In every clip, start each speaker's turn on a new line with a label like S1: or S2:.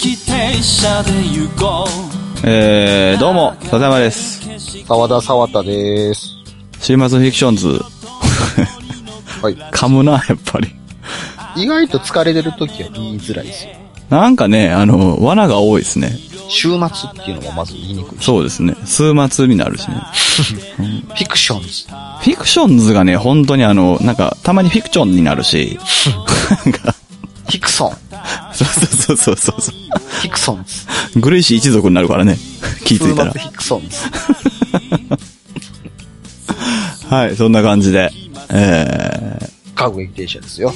S1: 列車で行こ
S2: えー、どうも、笹山です。
S3: 沢田沢田です。
S2: 週末フィクションズ。
S3: はい。
S2: 噛むな、やっぱり。
S3: 意外と疲れてる時は言いづらいですよ。
S2: なんかね、あの、罠が多いですね。
S3: 週末っていうのもまず言いにくいし。
S2: そうですね。数末になるしね。
S3: フィクションズ。
S2: フィクションズがね、本当にあの、なんか、たまにフィクションになるし。なんか、
S3: ヒクソン。
S2: そうそうそうそうそ
S3: ヒクソンズ。
S2: う。グレイシー一族になるからね。気づいたら
S3: 末。ヒクソンズ。
S2: はい、そんな感じで。え
S3: 各駅停車ですよ。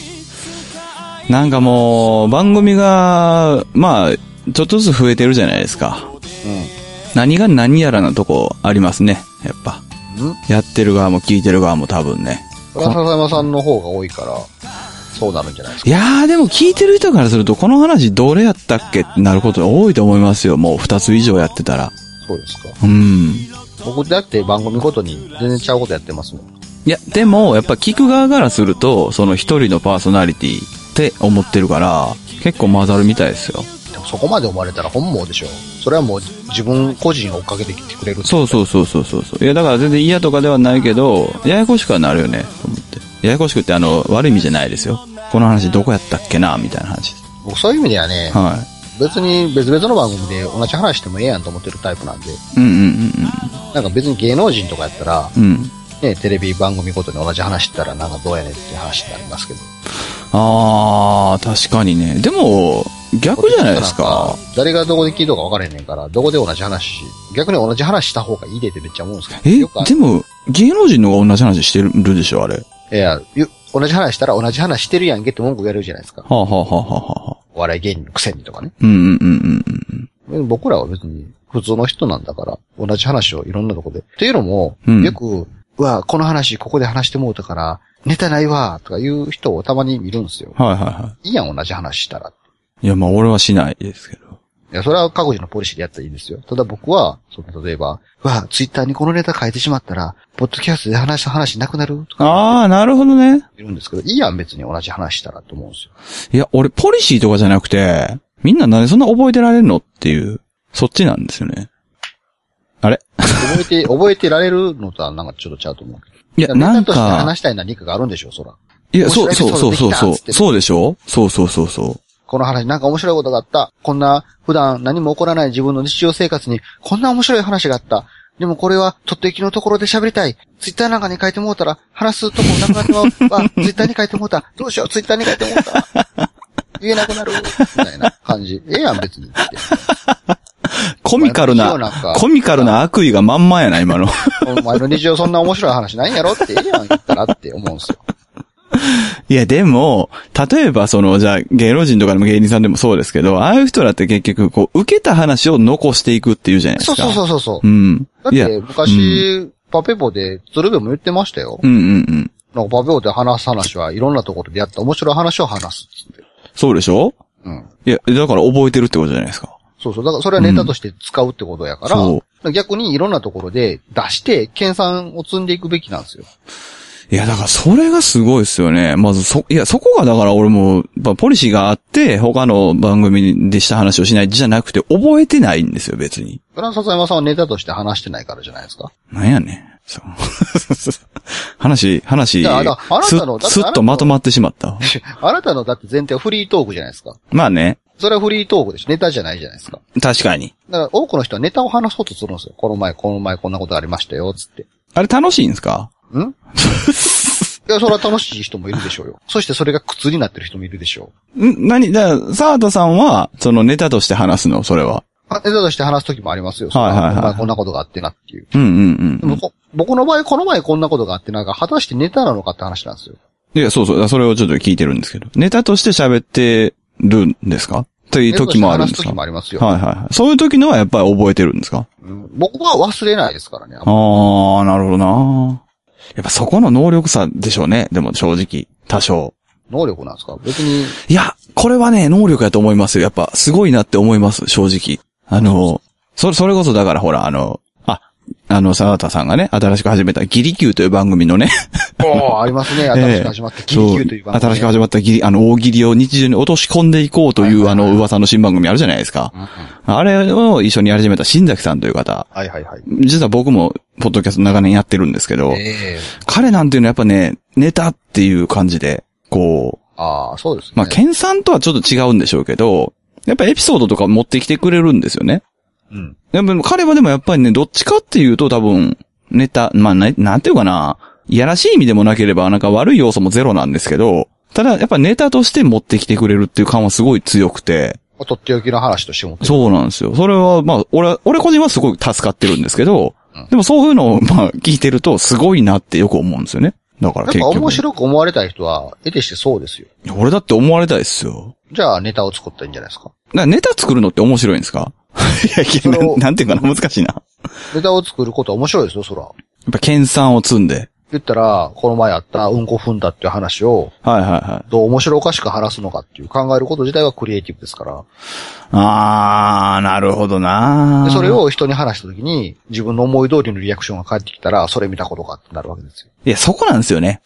S2: ー、なんかもう、番組が、まあ、ちょっとずつ増えてるじゃないですか。
S3: う
S2: 何が何やらなとこありますね。やっぱ。
S3: ん。ん
S2: やってる側も聞いてる側も多分ね。
S3: これは笹山さんの方が多いから、そうなるんじゃないですか。
S2: いやーでも聞いてる人からするとこの話どれやったっけってなること多いと思いますよ。もう二つ以上やってたら。
S3: そうですか。
S2: うん。
S3: 僕だって番組ごとに全然ちゃうことやってますもん。
S2: いや、でもやっぱ聞く側からすると、その一人のパーソナリティって思ってるから、結構混ざるみたいですよ。
S3: でもそこまで思われたら本望でしょ。それはもう自分個人を追っかけてきてくれる。
S2: そうそうそうそうそうそう。いや、だから全然嫌とかではないけど、ややこしくはなるよね、と思って。ややこしくってあの、悪い意味じゃないですよ。この話どこやったっけな、みたいな話です。
S3: 僕そういう意味ではね、
S2: は
S3: 別に別々の番組で同じ話してもええやんと思ってるタイプなんで、
S2: い。うんうん
S3: なんか別に芸能人とかやったら、
S2: うんうん。うん。
S3: ね、テレビ番組ごとに同じ話してたらなんかどうやねんって話になりますけど。
S2: ああ、確かにね。でも、逆じゃないですか。。
S3: 誰がどこで聞いたか分からへんねんから、どこで同じ話し、逆に同じ話した方がいいでってめっちゃ思うんですけど。
S2: え
S3: よくあ、
S2: でも、芸能人の方が同じ話してるでしょ、あれ。はい
S3: や、よ同じ話したら同じ話してるやんけって文句言われるじゃないですか。
S2: あ、はあはあはあはあ、
S3: お笑い芸人のくせにとかね。
S2: うんうんうんうんうん。
S3: 僕らは別に普通の人なんだから、同じ話をいろんなとこで。っていうのも、
S2: うん
S3: よく、うわ、この話ここで話してもうたから、ネタないわ、とかいう人をたまに見るんですよ。
S2: はいはいはい
S3: いやん、同じ話したら。
S2: い。いや、まあ俺はしないですけど。
S3: いや、それは各自のポリシーでやったらいいんですよ。ただ僕は、その、例えば、うわ、ツイッターにこのネタ書いてしまったら、ポッドキャストで話した話なくなるとか
S2: ああ、なるほどね。
S3: 言うんですけど、いいやん、別に同じ話したらと思うんですよ。
S2: いや、俺、ポリシーとかじゃなくて、みんななんでそんな覚えてられるのっていう、そっちなんですよね。あれ
S3: 覚えて、覚えてられるのとはなんかちょっとちゃうと思うけど。
S2: いや、
S3: ネ
S2: な
S3: タ
S2: ん
S3: として
S2: か、
S3: 話したい何かがあるんでしょう、そら。
S2: いや、そう
S3: 面白
S2: そ
S3: いう
S2: そうそう
S3: エピソードできたっつっ
S2: そう。
S3: て
S2: そうでしょそうそうそうそう。
S3: この話、なんか面白いことがあった。こんな、普段何も起こらない自分の日常生活に、こんな面白い話があった。でもこれは、とっておきのところで喋りたい。ツイッターなんかに書いてもうたら、話すとこなくなってまう。あ、ツイッターに書いてもうた。どうしよう、ツイッターに書いてもうた。言えなくなる。みたいな感じ。ええやん、別にって。
S2: コミカル
S3: まあ日曜なん
S2: な
S3: か、
S2: コミカルな悪意がまんまやな、今の。
S3: お前の日常そんな面白い話ないんやろって、ええやん、言ったらって思うんですよ。
S2: いや、でも、例えば、その、じゃあ、芸能人とかでも芸人さんでもそうですけど、ああいう人らって結局、こう、受けた話を残していくっていうじゃないです
S3: そう
S2: か。
S3: そうそううそうそう
S2: う。ん。
S3: だっ
S2: いや、
S3: て、昔、パペボで、鶴瓶も言ってましたよ。
S2: うんうんうん。
S3: なんかパペボで話す話はいろんなところでやった面白い話を話すっつって。
S2: そうでしょ
S3: うん。
S2: いや、だから覚えてるってことじゃないですか。
S3: そうそう。だからそれはネタとして使うってことやから、
S2: うん
S3: 逆にいろんなところで出して、研鑽を積んでいくべきなんですよ。
S2: いや、だから、それがすごいですよね。まず、そ、いや、そこが、だから、俺も、まあ、ポリシーがあって、他の番組でした話をしないじゃなくて、覚えてないんですよ、別に。
S3: それは笹山さんはネタとして話してないからじゃないですか。
S2: なんやねん。そう 話、話、
S3: いやあのあな
S2: す
S3: たのだって
S2: すっとまとまってしまった。
S3: あなたのだって前提はフリートークじゃないですか。
S2: まあね、
S3: それはフリートークでしょ。ネタじゃないじゃないですか。
S2: 確かに。
S3: だから多くの人はネタを話そうとするんですよ。この前、この前こんなことありましたよ、つって。
S2: あれ楽しいんですか
S3: ん いや、それは楽しい人もいるでしょうよ。そしてそれが苦痛になってる人もいるでしょう。
S2: ん、何だから、サードさんは、そのネタとして話すの、それは。
S3: あネタとして話すときもありますよ。
S2: はいはいはい
S3: この前こんなことがあってなっていう。
S2: うんうん
S3: でもこ僕の場合、この前こんなことがあって、なんか、果たしてネタなのかって話なんですよ。
S2: うん。いや、そうそう、だからそれをちょっと聞いてるんですけど。ネタとして喋ってるんですかという時もあるんです
S3: ネタとして話す時
S2: か
S3: も
S2: は
S3: あります
S2: い
S3: よ、
S2: はいはい。そういう時のはやっぱり覚えてるんですか
S3: うん僕は忘れないですからね。
S2: あー、なるほどなやっぱそこの能力差でしょうね。でも正直、多少。
S3: 能力なんですか別に、
S2: いや、これはね、能力やと思いますよ。やっぱ、すごいなって思います、正直。あの、それ、それこそだからほら、あの、あ、あの、沢田さんがね、新しく始めたギリ Q という番組のね、
S3: おー、あり ますね。新しく始まった、 ギリギリという番組。
S2: そう新しく始まったギリ、あの、大ギリを日常に落とし込んでいこうという、
S3: はいはいはい
S2: あの、噂の新番組あるじゃないですか。
S3: うんうん
S2: あれを一緒にやり始めた新崎さんという方。
S3: はいはいはい。
S2: 実は僕も、ポッドキャスト長年やってるんですけど、
S3: ええ
S2: 彼なんていうのはやっぱね、ネタっていう感じで、こう、
S3: ああ、そうですね。
S2: まあ、研さんとはちょっと違うんでしょうけど、やっぱエピソードとか持ってきてくれるんですよね。
S3: うん。
S2: でも彼はでもやっぱりね、どっちかっていうと多分、ネタ、まあ、な、なんていうかな、いやらしい意味でもなければ、なんか悪い要素もゼロなんですけど、ただやっぱネタとして持ってきてくれるっていう感はすごい強くて、
S3: まあとっておきの話としても。
S2: そうなんですよ。それは、まあ、俺は、俺個人はすごい助かってるんですけど
S3: うん、
S2: でもそういうのを、まあ、聞いてると、すごいなってよく思うんですよね。だから
S3: なん
S2: 結
S3: か
S2: 局。
S3: 面白く思われたい人は、得てしてそうですよ。
S2: 俺だって思われたいっすよ。
S3: じゃあ、ネタを作ったらいいんじゃないですか。
S2: なネタ作るのって面白いんですか いやいや
S3: それ
S2: な
S3: を
S2: ん、なんていうかな、難しいな。や
S3: ネタを作ることは面白いですよ、そら。
S2: っぱ、研鑽を積んで。
S3: 言ったら、この前あったうんこ踏んだっていう話を、
S2: はいはいはい。
S3: どう面白おかしく話すのかっていう考えること自体はクリエイティブですから。
S2: あー、なるほどな
S3: でそれ。を人に話したときに、自分の思い通りのリアクションが返ってきたら、それ見たことかってなるわけですよ。
S2: いや、そこなんですよね。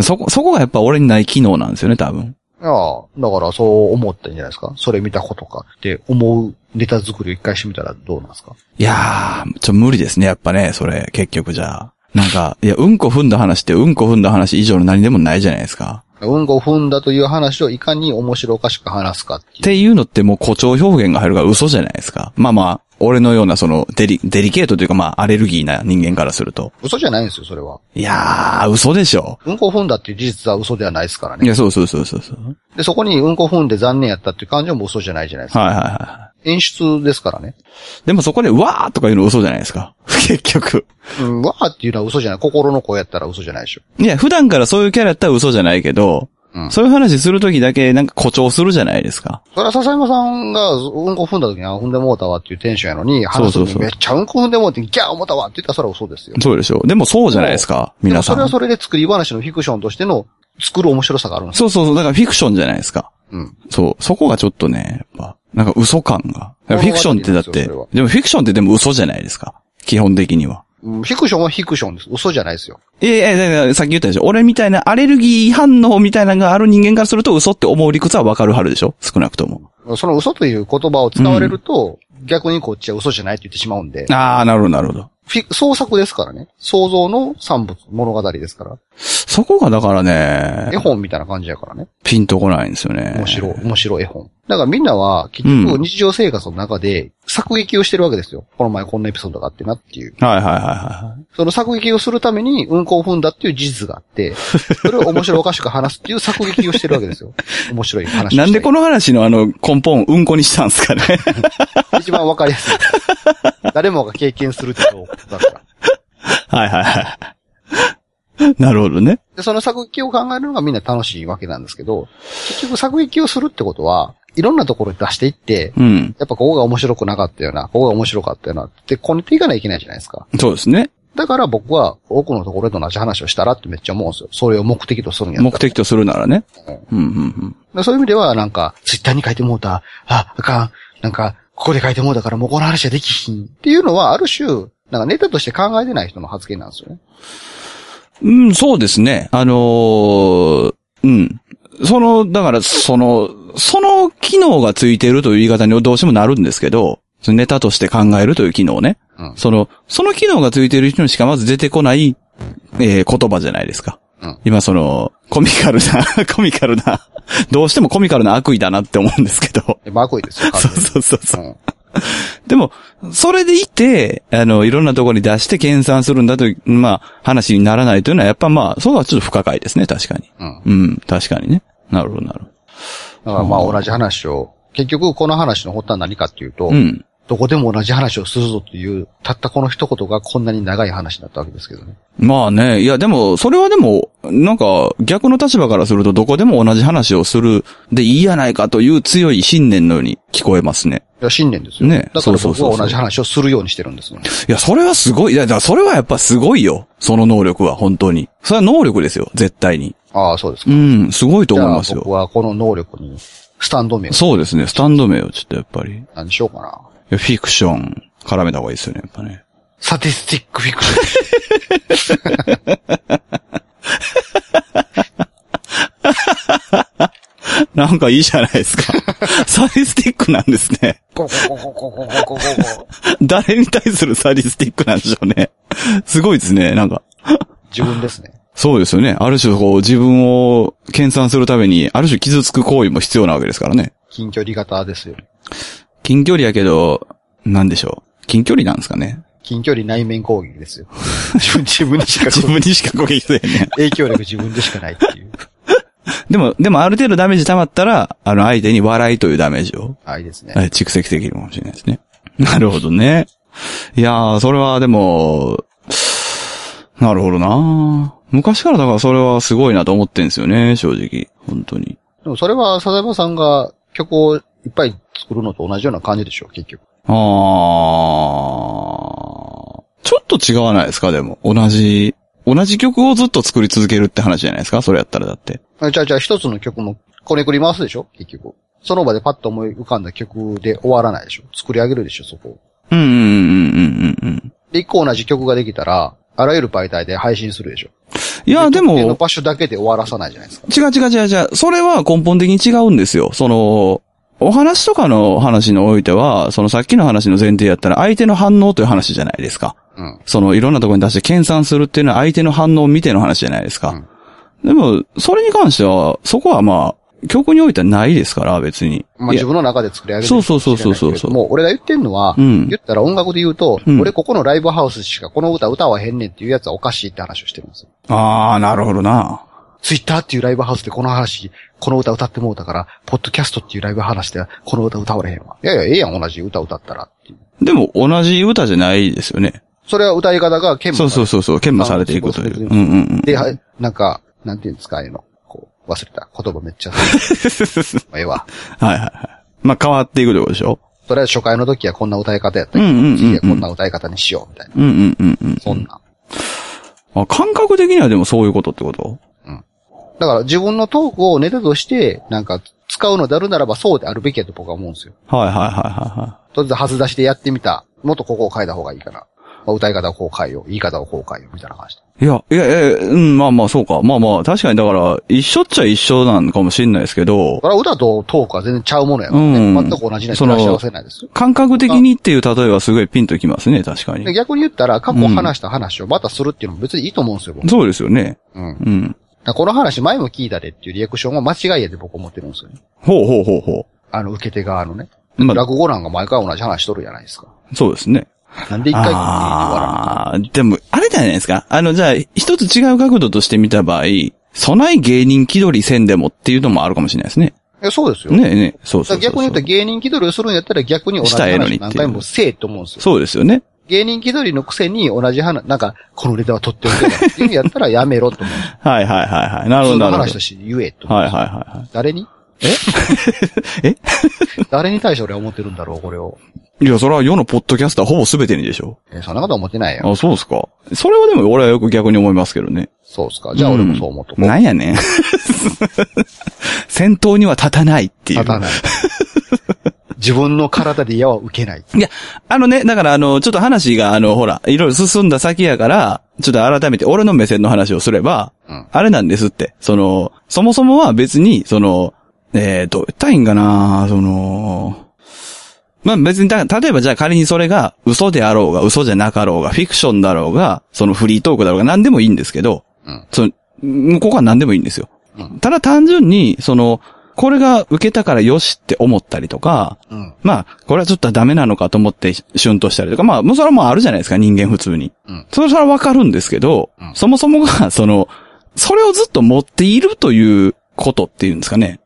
S2: そこ、そこがやっぱ俺にない機能なんですよね、多分。
S3: いやあだからそう思ったんじゃないですかそれ見たことかって思うネタ作りを一回してみたらどうなんですか
S2: いやー、ちょ、無理ですね、やっぱね、それ、結局じゃあ。なんか、いや、うんこ踏んだ話って、うんこ踏んだ話以上の何でもないじゃないですか。
S3: うんこ踏んだという話をいかに面白おかしく話すかって
S2: っ
S3: いう。
S2: ていうのってもう誇張表現が入るから嘘じゃないですか。まあまあ、俺のようなその、デリ、デリケートというかまあ、アレルギーな人間からすると。
S3: 嘘じゃないんですよ、それは。
S2: いやー、嘘でしょ。
S3: うんこ踏んだっていう事実は嘘ではないですから
S2: い
S3: ね。
S2: や、そうそうそうそうそう。
S3: で、そこにうんこ踏んで残念やったっていう感情も嘘じゃないじゃないですか。
S2: はいはいは
S3: 演出ですからね。
S2: い。でもそこで、わーとか言うの嘘じゃないですか。結局。
S3: うん、わーっていうのは嘘じゃない。心の声やったら嘘じゃないでしょ。
S2: いや、普段からそういうキャラやったら嘘じゃないけど、
S3: うん
S2: そういう話するときだけなんか誇張するじゃないですか。
S3: それは笹山さんがうんこ踏んだ時に、あ、踏んでもうたわっていうテンションやのに、
S2: そう
S3: 話す
S2: そうそう
S3: 時にめっちゃうんこ踏んでもうて、ギャー思ったわって言ったらそれは嘘ですよ。
S2: そうでしょ。でもそうじゃないですか、皆さん。
S3: でもそれはそれで作り話のフィクションとしての作る面白さがあるんですよ。
S2: そうそうそう、だからフィクションじゃないですか。
S3: うん。
S2: そう、そこがちょっとね、やっぱ、なんか嘘感が。フィクションってだっ
S3: 物語で
S2: て、
S3: すよそれは
S2: でもフィクションってでも嘘じゃないですか。基本的には。
S3: うんフィクションはフィクションです。嘘じゃないですよ。
S2: いやいやいやいや、さっき言ったでしょ。俺みたいなアレルギー反応みたいなのがある人間からすると嘘って思う理屈はわかるはるでしょ少なくとも。
S3: その嘘という言葉を使われると、逆にこっちは嘘じゃないって言ってしまうんで、
S2: ああ、なるほど、なるほど。
S3: フィ創作ですからね。創造の産物、物語ですから。
S2: そこがだからね
S3: 絵、本みたいな感じやからね。
S2: ピンとこないんですよね。
S3: 面白い、面白い絵本。だからみんなは、結局
S2: うん
S3: 日常生活の中で、作劇をしてるわけですよ。この前こんなエピソードがあってなっていう。
S2: はいはいはいはい。
S3: その作劇をするために、うんこを踏んだっていう事実が あって、それを面白おかしく話すっていう作劇をしてるわけですよ。面白い話をした
S2: な
S3: い。
S2: んでこの話のあの、根本、うんこにしたんです かね。
S3: 一番わかりやすい。 誰もが経験するってことだから。
S2: はいはいはい。なるほどね。
S3: で、その作劇を考えるのがみんな楽しいわけなんですけど、結局作劇をするってことは、いろんなところに出していって、
S2: うん。
S3: やっぱここが面白くなかったよな、ここが面白かったよなって、こねていかないといけないじゃないですか。
S2: そうですね。
S3: だから僕は多くのところと同じ話をしたらってめっちゃ思うんですよ。それを目的とするんやった
S2: 目的とするならね。うんうん
S3: ら。そういう意味ではなんか、ツイッターに書いてもうた、あ、あかん、なんか、ここで書いてもうたからもうこの話はできひんっていうのはある種、なんかネタとして考えてない人の発言なんですよね。
S2: うん。うん、そうですね。あのー、うん。その、だから、その、その機能がついてるという言い方にどうしてもなるんですけど、そのネタとして考えるという機能ね。
S3: うん
S2: その、その機能がついてる人にしかまず出てこない、えー言葉じゃないですか。
S3: うん
S2: 今その、コミカルな、 コミカルな、どうしてもコミカルな悪意だなって思うんですけど。
S3: でマークイですよ。完
S2: そ
S3: 全
S2: う
S3: に
S2: そうそうそう。
S3: うん
S2: でも、それでいて、あの、いろんなところに出して研鑽するんだという、まあ、話にならないというのは、やっぱまあ、そこはちょっと不可解ですね、確かに。
S3: うん。
S2: うん、確かにね。なるほど、なるほど。
S3: だからまあ同じ話を、結局この話の発端は何かっていうと、
S2: うん。
S3: どこでも同じ話をするぞっていう、たったこの一言がこんなに長い話だったわけですけどね。
S2: まあね、いやでも、それはでも、なんか、逆の立場からすると、どこでも同じ話をするでいいやないかという強い信念のように聞こえますね。
S3: いや、信念ですよ。
S2: ね
S3: だか
S2: そう
S3: ら
S2: そう
S3: 僕
S2: そうそう
S3: は同じ話をするようにしてる んですよ。
S2: いや、それはすごい。いや、だからそれはやっぱすごいよ。その能力は、本当に。それは能力ですよ、絶対に。
S3: ああ、そうですか。
S2: うん、すごいと
S3: じ
S2: 思い
S3: ゃあ
S2: ます
S3: 僕
S2: よ。
S3: はこの能力に、スタンド名を
S2: そうですね、スタンド名をちょっとやっぱり。
S3: 何にしようかな。
S2: いやフィクション、絡めた方がいいですよね、やっぱね。
S3: サディスティックフィクション。
S2: なんかいいじゃないですか。 サディスティックなんですね。
S3: ゴゴゴゴゴゴゴゴゴ
S2: 誰に対するサディスティックなんでしょうね。すごいですね、なんか。
S3: 自分ですね。
S2: そうですよね。ある種、こう、自分を研鑽するために、ある種傷つく行為も必要なわけですからね。
S3: 近距離型ですよ。
S2: 近距離やけど、なんでしょう。近距離なんですかね。
S3: 近距離内面攻撃ですよ。自分、 自分にしか
S2: 自分にしか攻撃せえへん。
S3: 影響力自分でしかないっていう。
S2: でも、でもある程度ダメージ溜まったら、あの、相手に笑いというダメージを、
S3: あ、いいですね
S2: え。ー蓄積できるかもしれないですね。 なるほどね。いやー、それはでも、なるほどな昔からだからそれはすごいなと思ってんですよね、正直。本当に。
S3: でもそれは、笹山さんが曲をいっぱい作るのと同じような感じでしょ、結局。
S2: あー。ちょっと違わないですか、でも。同じ、同じ曲をずっと作り続けるって話じゃないですかそれやったらだって。
S3: あじゃあ、じゃあ一つの曲もこねくり回すでしょ、結局。その場でパッと思い浮かんだ曲で終わらないでしょ。作り上げるでしょ、そこを。
S2: うんうんうんうんうんうん。
S3: で、一個同じ曲ができたら、あらゆる媒体で配信するでしょ。
S2: いや、でも。
S3: 特定の場所だけで終わらさないじゃないですか。
S2: 違う違う違う違う。それは根本的に違うんですよ。その、お話とかの話においては、そのさっきの話の前提やったら相手の反応という話じゃないですか。
S3: うん。
S2: そのいろんなところに出して研鑽するっていうのは相手の反応を見ての話じゃないですか。でも、それに関しては、そこはまあ、曲においてはないですから、別に。
S3: ま
S2: い
S3: あ
S2: や
S3: 自分の中で作り上げる。
S2: そうそうそうそうそうそう
S3: もう俺が言ってんのは、
S2: うん
S3: 言ったら音楽で言うと、
S2: うん
S3: 俺ここのライブハウスしかこの歌歌わへんねんっていうやつはおかしいって話をしてるんですよ。
S2: あー、なるほどな。
S3: ツイッターっていうライブハウスでこの話、この歌歌ってもうたから、ポッドキャストっていうライブ話でこの歌歌われへんわ。いやいや、ええやん、同じ歌歌ったらっていう。
S2: でも、同じ歌じゃないですよね。
S3: それは歌い方が剣
S2: そうそうそうそう、研磨されていくとい
S3: そう
S2: う。
S3: そううん
S2: うんうん。
S3: で、はいなんか、なんていうんですか、ああいうの。こう、忘れた。言葉めっちゃ。まあええわ。
S2: はいはいはい。まあ、変わっていくということでしょ
S3: とりあえず初回の時はこんな歌い方やった
S2: う
S3: け
S2: ん
S3: ど、
S2: うんうんうん
S3: 次はこんな歌い方にしよう、みたいな。
S2: うんうんうんうん。
S3: そんな。
S2: あ、感覚的にはでもそういうことってこと
S3: だから自分のトークをネタとして、なんか使うのであるならばそうであるべきやと僕は思うんですよ。
S2: はいはいはいはいは
S3: とりあえず外出しでやってみた。もっとここを変えた方がいいかな。まあ歌い方をこう変えよう。言い方をこう変えよう。みたいな感じで。
S2: い。いや、いや、いや、うん、まあまあそうか。まあまあ、確かにだから、一緒っちゃ一緒なんかもしんないですけど
S3: だ、から歌とトークは全然ちゃうものやからね。
S2: うん
S3: 全く同じな照らし合わせないですよ。
S2: 感覚的にっていう例えはすごいピンときますね、確か
S3: で
S2: に。
S3: 逆に言ったら過去話した話をまたするっていうのも別にいいと思うんですよ、僕。
S2: そうですよね。
S3: うん。だか
S2: うん。
S3: らこの話前も聞いたでっていうリアクションは間違いやで僕思ってるんですよね。
S2: ほうほうほうほ
S3: あの受け手側のね。
S2: う。まあ、
S3: 落語なんか毎回同じ話しとるじゃないですか。
S2: そうですね。
S3: なんで一回聞いて終わらん
S2: ああー、でも、あれじゃないですか。あの、じゃあ、一つ違う角度として見た場合、備え芸人気取りせんでもっていうのもあるかもしれないですね。
S3: いやそうですよ。
S2: ねえねえ、そうそうそ
S3: だか
S2: うそ
S3: ら
S2: う。
S3: 逆に言うと芸人気取りをするんやったら逆に同じ
S2: したらええのに
S3: 話
S2: っていう
S3: 何回もせえと思うんですよ。
S2: そうですよね。
S3: 芸人気取りのくせに同じ話、なんか、このネタは取っておけばっていうんやったらやめろと思うんですよ。
S2: はいはいはいはい。なるほ
S3: 普
S2: ど、な
S3: 通
S2: る
S3: の
S2: ほ
S3: 話
S2: ど
S3: と。して言えと。
S2: はいはいはいはい。
S3: 誰に
S2: え
S3: 誰に対して俺は思ってるんだろう、これを。
S2: いや、それは世のポッドキャスターほぼ全てにでしょ。
S3: えーそんなことは思ってないよ。
S2: あ、そうですか。それはでも俺はよく逆に思いますけどね。
S3: そうっすか。じゃあ俺もそう思っとこう。
S2: なんやねん。 戦闘には立たないっていう。
S3: 立たない。自分の体で矢は受けない。
S2: いや、あのね、だからあの、ちょっと話があの、ほら、いろいろ進んだ先やから、ちょっと改めて俺の目線の話をすれば、
S3: うん。
S2: あれなんですって。その、そもそもは別に、その、えー、どう言ったらいいんかなその、まあ別にだ、例えばじゃあ仮にそれが嘘であろうが、嘘じゃなかろうが、フィクションだろうが、そのフリートークだろうが何でもいいんですけど、
S3: うん
S2: その、向こうは何でもいいんですよ。
S3: うん
S2: ただ単純に、その、これが受けたからよしって思ったりとか、
S3: うん。
S2: まあ、これはちょっとダメなのかと思って、シュンとしたりとか、まあ、もうそれはもうあるじゃないですか、人間普通に。
S3: うん
S2: それそれはわかるんですけど、
S3: うん
S2: そもそもが、その、それをずっと持っているということっていうんですかね。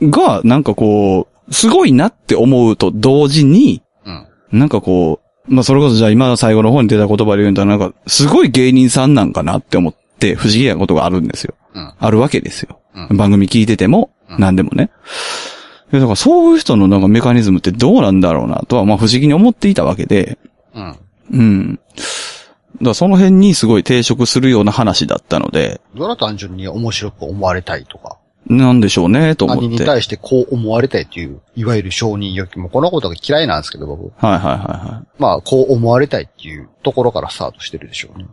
S3: うん。
S2: が、なんかこう、すごいなって思うと同時に、
S3: うん。
S2: なんかこう、まあそれこそじゃあ今の最後の方に出た言葉で言うんだら、なんか、すごい芸人さんなんかなって思って、不思議なことがあるんですよ。
S3: うん。
S2: あるわけですよ。
S3: うん
S2: 番組聞いてても、
S3: うん
S2: 何でもね。いやだからそういう人のなんかメカニズムってどうなんだろうなとは、まあ不思議に思っていたわけで、
S3: うん。
S2: うん。だからその辺にすごい抵触するような話だったので、
S3: それは単純に面白く思われたいとか。
S2: なんでしょうね、と思
S3: 何
S2: っ
S3: に
S2: て。はい
S3: 対してこう思われたいという、いわゆる承認欲求も、このことが嫌いなんですけど、僕。
S2: はいはいは
S3: まあ、こう思われたいっていうところからスタートしてるでしょうね。
S2: い。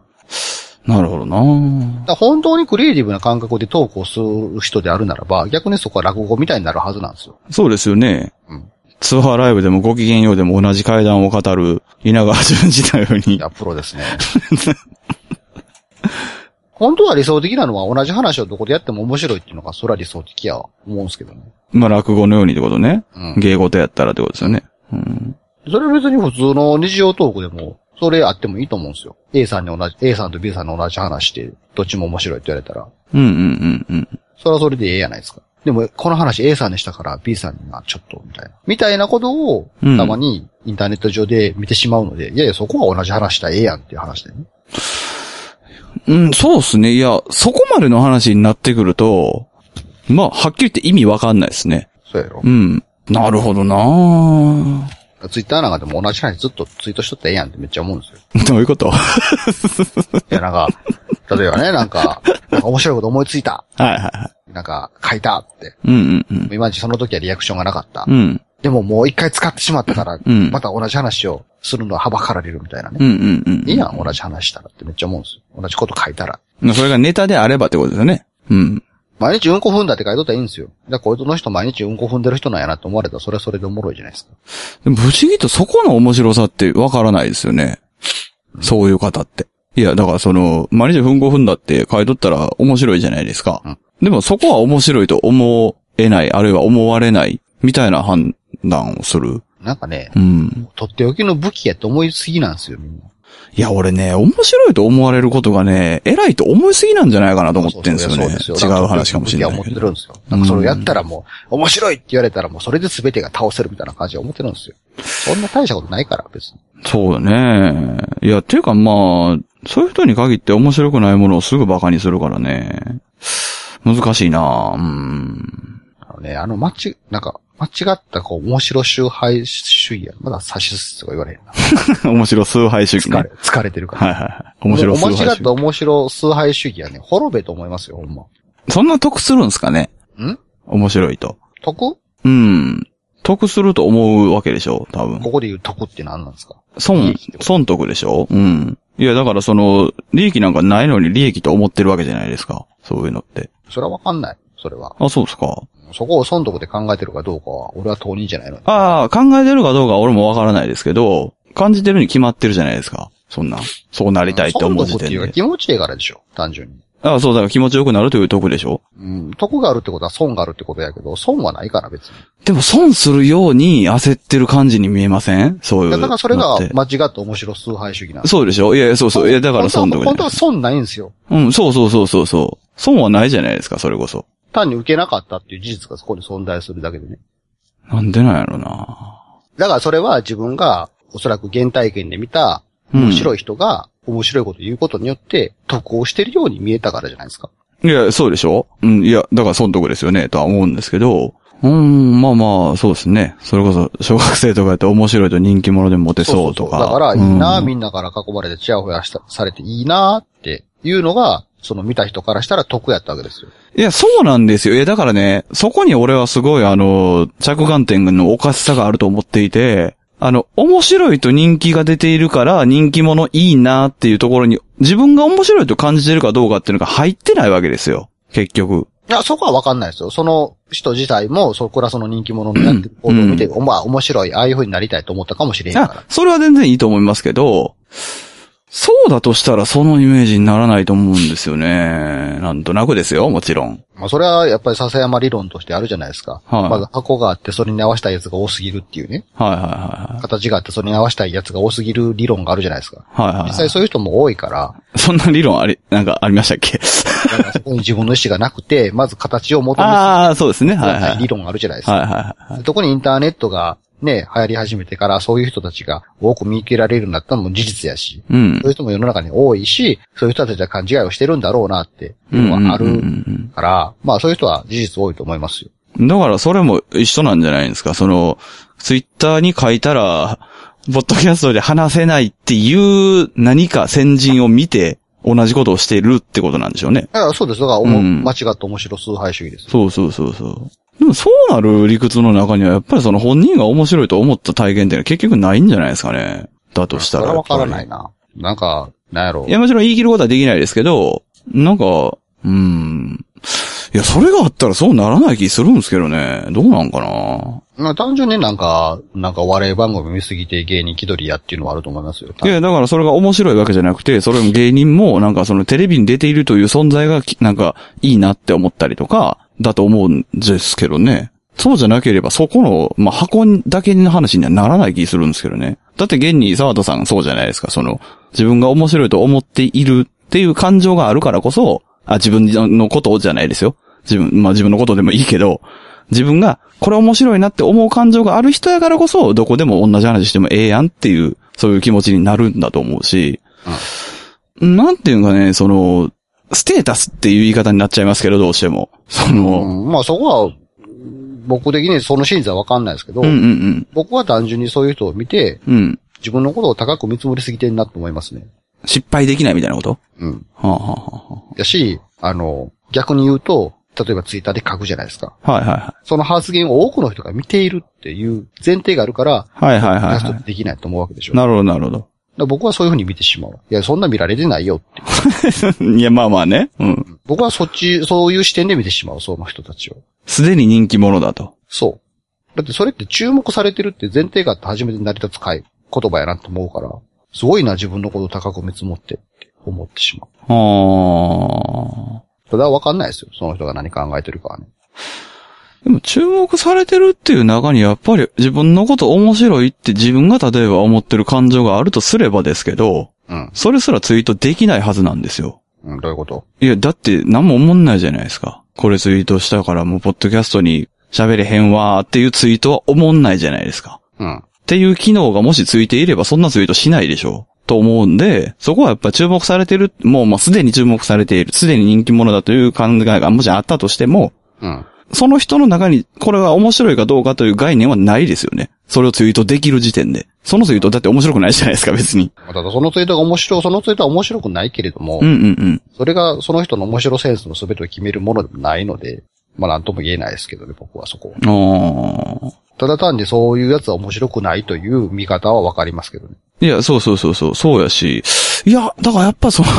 S2: なるほどな
S3: だから本当にクリエイティブな感覚でトークをする人であるならば、逆にそこは落語みたいになるはずなんですよ。
S2: そうですよね。
S3: うん
S2: ツアーライブでもご機嫌ようでも同じ階段を語る稲川淳二のよう
S3: い
S2: に。
S3: や、プロ ですね。本当は理想的なのは同じ話をどこでやっても面白いっていうのが、それは理想的やわ思うんですけどね。
S2: まあ落語のようにってことね。
S3: うん。
S2: 芸事やったらってことですよね。うん。
S3: それは別に普通の日常トークでも、それあってもいいと思うんですよ。A さんに同じ、A さんと B さんの同じ話して、どっちも面白いって言われたら、
S2: うんうんうんうん。
S3: それはそれでええやないですか。でも、この話 A さんでしたから B さんにはちょっと、みたいな。みたいなことを、
S2: うん
S3: たまにインターネット上で見てしまうので、いやいや、そこは同じ話したらええやんっていう話でね。
S2: うん、そうっすね。いや、そこまでの話になってくると、まあ、はっきり言って意味わかんないですね。
S3: そうやろ
S2: う。ん。な るほどな
S3: ツイッターなんかでも同じ話ずっとツイートしとったらええやんってめっちゃ思うんですよ。
S2: どういうことはい
S3: や、なんか、例えばね、なんか、なんか面白いこと思いついた。
S2: いはいは
S3: なんか、書いたって。
S2: い。うんうん
S3: いまいちその時はリアクションがなかった
S2: うん。。うん。
S3: でももう一回使ってしまったから、
S2: うん
S3: また同じ話をするのははばかられるみたいなね。
S2: うんうんうん。
S3: いいやん、同じ話したらってめっちゃ思うんですよ。同じこと書いたら。
S2: まあそれがネタであればってことですよね。うん。
S3: 毎日うんこ踏んだって書いとったらいいんですよ。だからこいつの人毎日うんこ踏んでる人なんやなって思われたらそれはそれでおもろいじゃないですか。
S2: でも不思議とそこの面白さってわからないですよね。そういう方って。いや、だからその、毎日奮合踏んだって書いとったら面白いじゃないですか。
S3: うん
S2: でもそこは面白いと思えない、あるいは思われない、みたいな判断をする。
S3: なんかね、
S2: うん。
S3: とっておきの武器やと思いすぎなんですよ、みんな。
S2: いや、俺ね、面白いと思われることがね、偉いと思いすぎなんじゃないかなと思ってんですよね。違う話かもしれない
S3: や、
S2: け
S3: 思って
S2: ど。
S3: るんですよ。なんかそれをやったらもう、面白いって言われたらもうそれで全てが倒せるみたいな感じで思ってるんですよ。そんな大したことないから、別に。
S2: そうだね。いや、ていうかまあ、そういう人に限って面白くないものをすぐ馬鹿にするからね。難しいなうん。
S3: あのね、あの、間違、なんか、間違った、こう、面白崇拝主義や。まだ差しすとか言われへん な。
S2: 面白崇拝主義、ね。
S3: 疲れ、疲れてるから。
S2: はいはいはい。面白崇
S3: もう
S2: 拝主
S3: 間違っ
S2: 義。
S3: た面白崇拝主義やね。滅べと思いますよ、ほんま。
S2: そんな得するんすかね
S3: ん
S2: 面白いと。
S3: 徳
S2: うん。得すると思うわけでしょ多分。
S3: ここで言う徳って何なんですか利
S2: 損
S3: 益って、こと
S2: 損得でしょうん。いや、だからその、利益なんかないのに利益と思ってるわけじゃないですか。そういうのって。
S3: それはわかんない。それは。
S2: あ、そうですか。
S3: そこを損得で考えてるかどうかは、俺は当人じゃないの。
S2: ああ、考えてるかどうかは俺もわからないですけど、感じてるに決まってるじゃないですか。そんな。そうなりたいって思う時
S3: 損得っていう
S2: 点
S3: か
S2: で。
S3: 気持ちいいからでしょ、単純に。
S2: ああ、そう、だから気持ちよくなるという得でしょ
S3: うん、得があるってことは損があるってことやけど、損はないから別に。
S2: でも損するように焦ってる感じに見えませんそういうの
S3: だ
S2: って。
S3: からそれが間違った面白崇拝主義なんです。
S2: そうでしょいやいや、そうそう。いや、だから損得
S3: 本当は
S2: じゃ
S3: 本当
S2: ない
S3: は損ないんですよ。
S2: うん、そうそうそうそうそう。損はないじゃないですか、それこそ。
S3: 単に受けなかったっていう事実がそこに存在するだけでね。
S2: なんでなんやろな
S3: だからそれは自分がおそらく原体験で見た面白い人が面白いことを言うことによって得をしてるように見えたからじゃないですか。
S2: いや、そうでしょうん、いや、だから損得ですよね、とは思うんですけど。うーん、まあまあ、そうですね。それこそ、小学生とかやって面白いと人気者でモテそうとか。
S3: だからいいな、
S2: うん
S3: みんなから囲まれてチヤホヤしたされていいなっていうのが、その見た人からしたら得やったわけですよ。
S2: いや、そうなんですよ。いや、だからね、そこに俺はすごい、あの、着眼点のおかしさがあると思っていて、あの、面白いと人気が出ているから、人気者いいなっていうところに、自分が面白いと感じてるかどうかっていうのが入ってないわけですよ。結局。
S3: いや、そこはわかんないですよ。その人自体も、そこらその人気者になってる行動を見て、おまあ面白い、ああいう風になりたいと思ったかもしれへんから
S2: あ。、それは全然いいと思いますけど、そうだとしたらそのイメージにならないと思うんですよね。なんとなくですよ、もちろん。
S3: まあそれはやっぱり笹山理論としてあるじゃないですか。
S2: はい
S3: まず箱があってそれに合わせたいやつが多すぎるっていうね。
S2: はいはいはいはい。
S3: 形があってそれに合わせたいやつが多すぎる理論があるじゃないですか。
S2: はいはい
S3: 実
S2: はい
S3: 際。そういう人も多いから、
S2: そんな理論あり、なんかありましたっけ
S3: だからそこに自分の意思がなくて、 まず形を求めす
S2: ああ、そうですね。はいはいはい。
S3: ぎる理論があるじゃないですか。
S2: はいはいはい。
S3: 特にインターネットがね、流行り始めてからそういう人たちが多く見受けられるようになったのも事実やし、
S2: うん
S3: そうい。う人も世の中に多いし、そういう人たちは勘違いをしてるんだろうなっていうのはあ
S2: うんうん
S3: る
S2: うん
S3: から、まあそういう人は事実多いと思いますよ。
S2: うんだからそれも一緒なんじゃないんですかその、ツイッターに書いたら、ポッドキャストで話せないっていう何か先人を見て、同じことをしているってことなんでしょうね。
S3: だからそうです。だから、おも
S2: うん
S3: 間違った面白崇拝主義です。
S2: そうそうそうそう。でもそうなる理屈の中には、やっぱりその本人が面白いと思った体験っていうのは結局ないんじゃないですかね。だとした
S3: そ
S2: ら
S3: れ
S2: や
S3: は
S2: っ
S3: わ
S2: ぱり。
S3: からないな。なんか、なんやろ
S2: い。や、もちろん言い切ることはできないですけど、なんか、うん。いや、それがあったらそうならない気するんですけどね。どうなんかな
S3: まあ単純になんか、なんかお笑い番組見すぎて芸人気取りやっていうのはあると思いますよ。
S2: いや、だからそれが面白いわけじゃなくて、それも芸人も、なんかそのテレビに出ているという存在がき、なんか、いいなって思ったりとか、だと思うんですけどね。そうじゃなければ、そこの、まあ、箱だけの話にはならない気するんですけどね。だって現に沢田さんそうじゃないですか、その、自分が面白いと思っているっていう感情があるからこそ、あ、自分のことをじゃないですよ。自分、まあ、自分のことでもいいけど、自分が、これ面白いなって思う感情がある人やからこそ、どこでも同じ話してもええやんっていう、そういう気持ちになるんだと思うし、なんていうんかね、その、ステータスっていう言い方になっちゃいますけど、どうしても。その、
S3: うんまあそこは、僕的にその真実はわかんないですけど、
S2: うんうん
S3: 僕は単純にそういう人を見て、
S2: うん。うん。
S3: 自分のことを高く見積もりすぎてんなと思いますね。
S2: 失敗できないみたいなこと
S3: うん。
S2: はあ、はあ
S3: やし、あの、逆に言うと、例えばツイッターで書くじゃないですか。
S2: はあ、はいは
S3: その発言を多くの人が見ているっていう前提があるから、
S2: いはい。はいはいはい、
S3: 出す
S2: は
S3: ことできないと思うわけでしょ。
S2: い。なるほどなるほど。
S3: だから僕はそういうふうに見てしまう。いや、そんな見られてないよって。
S2: いや、まあまあね。うん。
S3: 僕はそっち、そういう視点で見てしまう、その人たちを。
S2: すでに人気者だと。
S3: そう。だってそれって注目されてるって前提があって初めて成り立つ会、言葉やなと思うから、すごいな、自分のことを高く見積もってって思ってしまう。
S2: ああ。
S3: それはわかんないですよ。その人が何考えてるかはね。
S2: でも注目されてるっていう中にやっぱり自分のこと面白いって自分が例えば思ってる感情があるとすればですけど、
S3: うん。
S2: それすらツイートできないはずなんですよ。
S3: うん、どういうこと
S2: いや、だって何も思んないじゃないですか。これツイートしたからもうポッドキャストに喋れへんわーっていうツイートは思んないじゃないですか。
S3: うん。
S2: っていう機能がもしついていればそんなツイートしないでしょう。と思うんで、そこはやっぱ注目されてる、もうまあすでに注目されている、すでに人気者だという考えがもしあったとしても、
S3: うん。
S2: その人の中にこれは面白いかどうかという概念はないですよね。それをツイートできる時点で。そのツイートだって面白くないじゃないですか、別に。
S3: ただそのツイートが面白い、そのツイートは面白くないけれども、
S2: うんうんうん。
S3: それがその人の面白センスの全てを決めるものでもないので、まあなんとも言えないですけどね、僕はそこは。
S2: あー
S3: ただ単にそういうやつは面白くないという見方はわかりますけどね。
S2: いや、そうそうそうそう、そうやし。いや、だからやっぱその、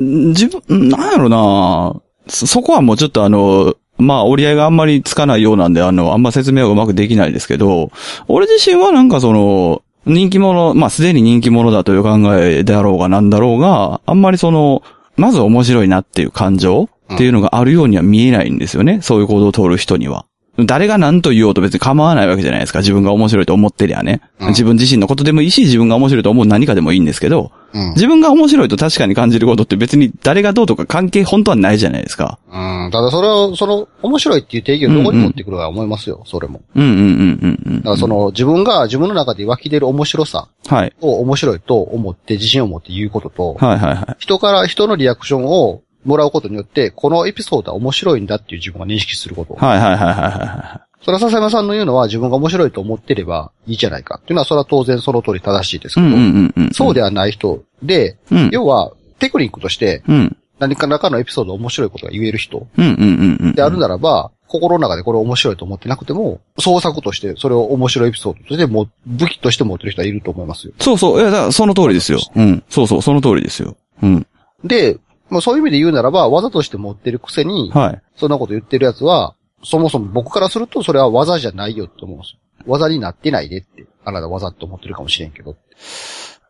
S2: 自分、なんやろなそそこはもうちょっとあの、まあ折り合いがあんまりつかないようなんで、あの、あんま説明はうまくできないですけど、俺自身はなんかその、人気者、まあすでに人気者だという考えであろうがなんだろうが、あんまりその、まず面白いなっていう感情っていうのがあるようには見えないんですよね。そういう行動を取る人には。誰が何と言おうと別に構わないわけじゃないですか。自分が面白いと思ってりゃね。
S3: うん
S2: 自分自身のことでもいいし、自分が面白いと思う何かでもいいんですけど、
S3: うん。
S2: 自分が面白いと確かに感じることって別に誰がどうとか関係本当はないじゃないですか。
S3: うん。ただそれを、その、面白いっていう定義をどこに持ってくるか思いますよ、それも。
S2: うんうんうんうんうん
S3: だ。からその、自分が自分の中で湧き出る面白さ
S2: はい。
S3: を面白いと思って自信を持って言うことと、
S2: はいはいはい。
S3: 人から、人のリアクションをもらうことによって、このエピソードは面白いんだっていう自分が認識すること。
S2: はいはいはいはいは
S3: それは笹山さんの言うのは自分が面白いと思ってればいいじゃないかっていうのは、それは当然その通り正しいです
S2: い。う
S3: けど、
S2: んうんうんうん。
S3: そうではない人で、
S2: うん。
S3: 要は、テクニックとして
S2: うん。
S3: 何か中のエピソード面白いことが言える人
S2: うんうんうんうん。
S3: であるならば、心の中でこれ面白いと思ってなくても、創作としてそれを面白いエピソードとしても、武器として持ってる人はいると思いますよ。
S2: そうそう。いや、だからその通りですよ。うん。そうそう、その通りですよ。うん。
S3: で、まあ、そういう意味で言うならば、技として持ってるくせに、
S2: はい。
S3: そんなこと言ってるやつは、そもそも僕からするとそれは技じゃないよって思うんですよ。技になってないでって、あなた技って思ってるかもしれんけど。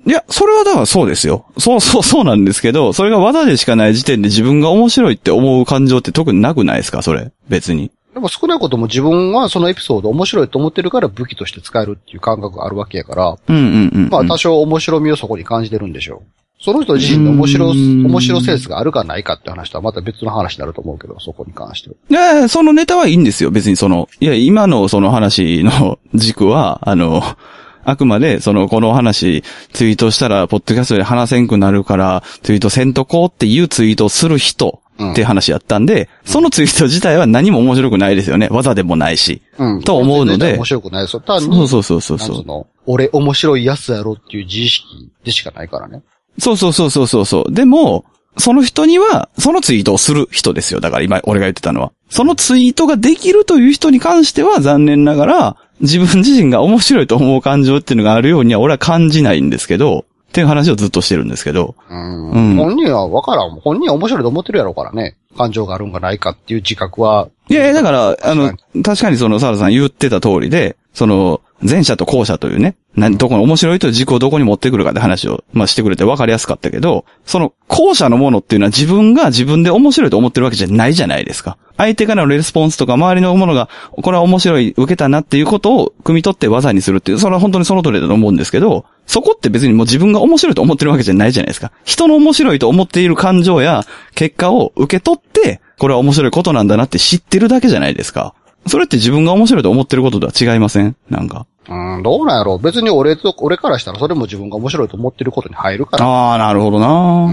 S2: いや、それはだからそうですよ。そうそうそうなんですけど、それが技でしかない時点で自分が面白いって思う感情って特になくないですかそれ。別に。
S3: でも少なくとも自分はそのエピソード面白いと思ってるから武器として使えるっていう感覚があるわけやから、
S2: うんうんうん、うん。
S3: まあ多少面白みをそこに感じてるんでしょう。その人自身の面白、
S2: うん
S3: 面白センスがあるかないかって話とはまた別の話になると思うけど、そこに関しては。
S2: いやいや、そのネタはいいんですよ。別にその、いや、今のその話の 軸は、あの、あくまで、その、この話、ツイートしたら、ポッドキャストで話せんくなるから、ツイートせんとこうっていうツイートをする人
S3: うん
S2: っていう話やったんで、そのツイート自体は何も面白くないですよね。技でもないし。
S3: うん
S2: と思うので
S3: 面白くないですよ。単に、
S2: そうそうそうそう
S3: なん
S2: そ
S3: つ
S2: う
S3: う。の、俺面白いやつやろっていう自意識でしかないからね。
S2: そうそうそうそうそうそう。でも、その人には、そのツイートをする人ですよ。だから今、俺が言ってたのは。そのツイートができるという人に関しては、残念ながら、自分自身が面白いと思う感情っていうのがあるようには、俺は感じないんですけど、っていう話をずっとしてるんですけど。
S3: うん
S2: うん
S3: 本人はわからん。本人は面白いと思ってるやろうからね。感情があるんかないかっていう自覚は。
S2: いやいや、だから、あ
S3: 確
S2: の、確かにその、サラさん言ってた通りで、その、前者と後者というね、何、どこに面白いという軸をどこに持ってくるかって話を、まあ、してくれて分かりやすかったけど、その、後者のものっていうのは自分が自分で面白いと思ってるわけじゃないじゃないですか。相手からのレスポンスとか周りのものが、これは面白い、受けたなっていうことを汲み取って技にするっていう、それは本当にその通りだと思うんですけど、そこって別にもう自分が面白いと思ってるわけじゃないじゃないですか。人の面白いと思っている感情や結果を受け取って、これは面白いことなんだなって知ってるだけじゃないですか。それって自分が面白いと思ってることとは違いませんなんか。
S3: うん、どうなんやろう。別に俺と、俺からしたらそれも自分が面白いと思ってることに入るから。
S2: ああ、なるほど
S3: う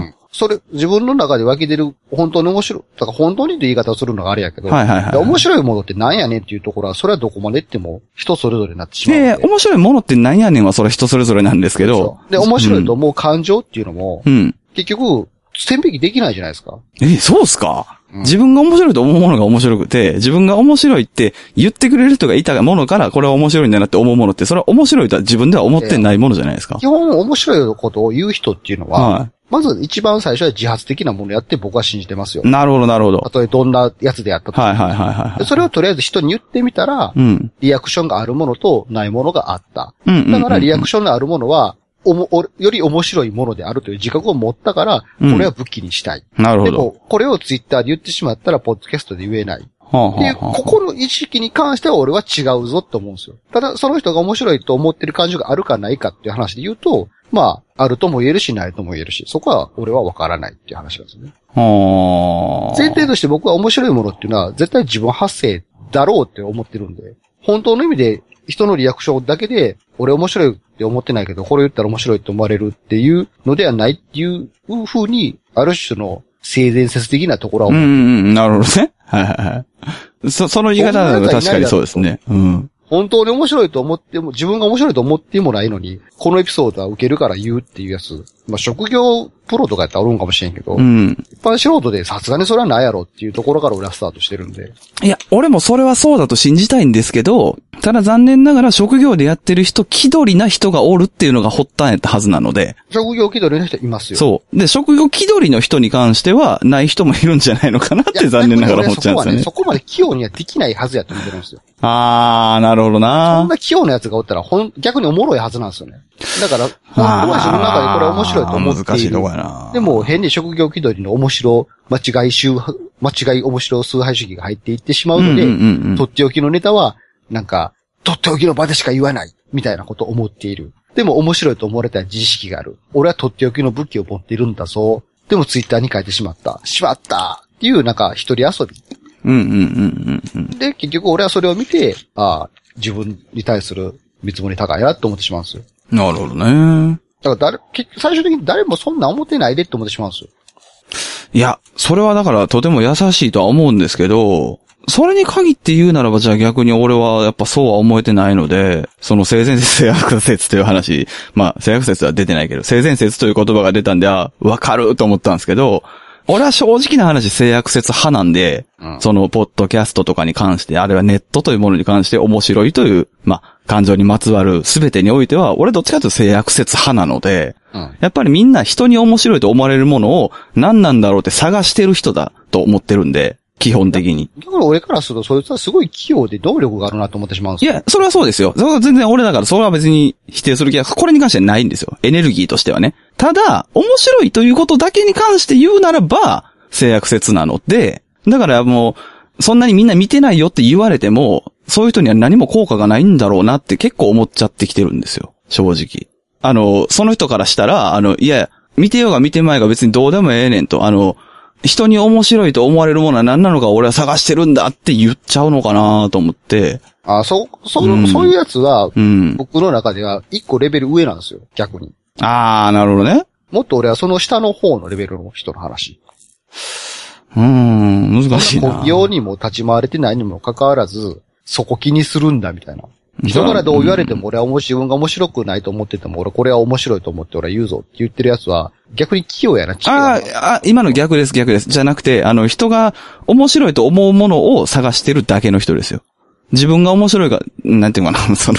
S2: なん
S3: それ、自分の中で湧き出る、本当に面白い、だから本当にって言い方をするのがあれやけど、
S2: はいはい
S3: で
S2: はい。
S3: 面白いものってなんやねんっていうところは、それはどこまで行っても人それぞれになってしまうんで。
S2: で、面白いものって何やねんはそれ人それぞれなんですけど
S3: そう。で、面白いと思う感情っていうのも、
S2: うん。うん。
S3: 結局、線引きできないじゃないですか。
S2: え、そうっすか、
S3: うん
S2: 自分が面白いと思うものが面白くて、自分が面白いって言ってくれる人がいたものから、これは面白いんだなって思うものって、それは面白いとは自分では思ってないものじゃないですか。
S3: 基本面白いことを言う人っていうのは、
S2: は
S3: まず一番最初は自発的なものやって僕は信じてますよ
S2: い。。なるほど、なるほど。
S3: たとえどんなやつでやったと。
S2: はいはいはいはい。
S3: でそれをとりあえず人に言ってみたら、
S2: うん。
S3: リアクションがあるものとないものがあった。
S2: うんうんうんうん。
S3: だからリアク
S2: シ
S3: ションのあるものは、おも、おより面白いものであるという自覚を持ったから、こ
S2: うん
S3: れは武器にしたい。
S2: ョン。なるほ
S3: で
S2: ど。
S3: も、これをツイッターで言ってしまったら、ポッドキャストで言えない。
S2: はあは
S3: っていう、
S2: あはあ
S3: ここの意識に関しては俺は違うぞって思うんですよ。ただ、その人が面白いと思ってる感情があるかないかっていう話で言うと、まあ、あるとも言えるし、ないとも言えるし、そこは俺は分からないっていう話なんですね。
S2: はあ
S3: 前提として僕は面白いものっていうのは、絶対自分発生だろうって思ってるんで、本当の意味で人のリアクションだけで、俺面白いって思ってないけど、これ言ったら面白いって思われるっていうのではないっていう風に、ある種の性善説的なところは
S2: うん
S3: 思う、
S2: うんうん。なるほどね。 はいはいはい。そ、その言い方だと確かにそうですね。うん。
S3: 本当に面白いと思っても、自分が面白いと思ってもないのに、このエピソードは受けるから言うっていうやつ。まあ、職業プロとかやったらおるんかもしれんけど、
S2: うん。
S3: 一般素人でさすがにそれはないやろっていうところから俺はスタートしてるんで。
S2: いや、俺もそれはそうだと信じたいんですけど、ただ残念ながら職業でやってる人、気取りな人がおるっていうのが発端やったはずなので、
S3: 職業気取りの人いますよ。
S2: そう。で、職業気取りの人に関しては、ない人もいるんじゃないのかなっ
S3: いや
S2: て残念ながら思っちゃうんですよね。
S3: そこはね、そこまで器用にはできないはずやと思ってるんですよ。
S2: あー、なるほど
S3: こん
S2: な
S3: な器用なやつがおったら、ほん、逆におもろいはずなんですよね。だから、本当は自分の中でこれ面白いと思っている。
S2: あー難しいとこやな
S3: でも、変に職業気取りの面白、間違い集、間違い面白崇拝主義が入っていってしまうので、
S2: うんうんうんうん
S3: とっておきのネタは、なんか、とっておきの場でしか言わない、みたいなことを思っている。でも面白いと思われた自意識がある。俺はとっておきの武器を持っているんだぞ。でもツイッターに書いてしまった。しまったっていう、なんか、一人遊び。
S2: うんうんうんうんうん。
S3: で、結局俺はそれを見て、ああ、自分に対する見積もり高いなって思ってしまうんですよ。
S2: なるほどね。
S3: だから誰、結局最終的に誰もそんな思ってないでって思ってしまうんですよ。
S2: いや、それはだからとても優しいとは思うんですけど、それに限って言うならばじゃあ逆に俺はやっぱそうは思えてないので、その性善説、性悪説という話、まあ性悪説は出てないけど、性善説という言葉が出たんで、あ、わかると思ったんですけど、俺は正直な話性悪説派なんで、
S3: うん
S2: そのポッドキャストとかに関して、あるいはネットというものに関して面白いという、まあ感情にまつわる全てにおいては、俺どっちかというと性悪説派なので、
S3: うん。
S2: やっぱりみんな人に面白いと思われるものを何なんだろうって探してる人だと思ってるんで、基本的に。
S3: だから俺からすると、そいつはすごい器用で能力があるなと思ってしまうんです
S2: い
S3: よ。
S2: や、それはそうですよ。それは全然俺だから、それは別に否定する気は、これに関してはないんですよ。エネルギーとしてはね。ただ、面白いということだけに関して言うならば、制約説なので、だからもう、そんなにみんな見てないよって言われても、そういう人には何も効果がないんだろうなって結構思っちゃってきてるんですよ。正直。あの、その人からしたら、あの、いや、見てようが見てまいが別にどうでもええねんと、あの、人に面白いと思われるものは何なのか俺は探してるんだって言っちゃうのかなと思って、
S3: あそ、そ、
S2: うん
S3: そういうやつは、
S2: うん。
S3: 僕の中では一個レベル上なんですよ、逆に。
S2: あー、なるほどね。
S3: もっと俺はその下の方のレベルの人の話。
S2: うーん、難しいな。
S3: 業にも立ち回れてないにもかかわらず、そこ気にするんだみたいな。
S2: う
S3: 人からどう言われても俺は面白い、自分が面白くないと思ってても、俺これは面白いと思って俺は言うぞって言ってるやつは、逆に器用やな、器用やな
S2: ああ、あ今の逆です、逆です。じゃなくて、あの、人が面白いと思うものを探してるだけの人ですよ。自分が面白いが、なんていうのかな、 その、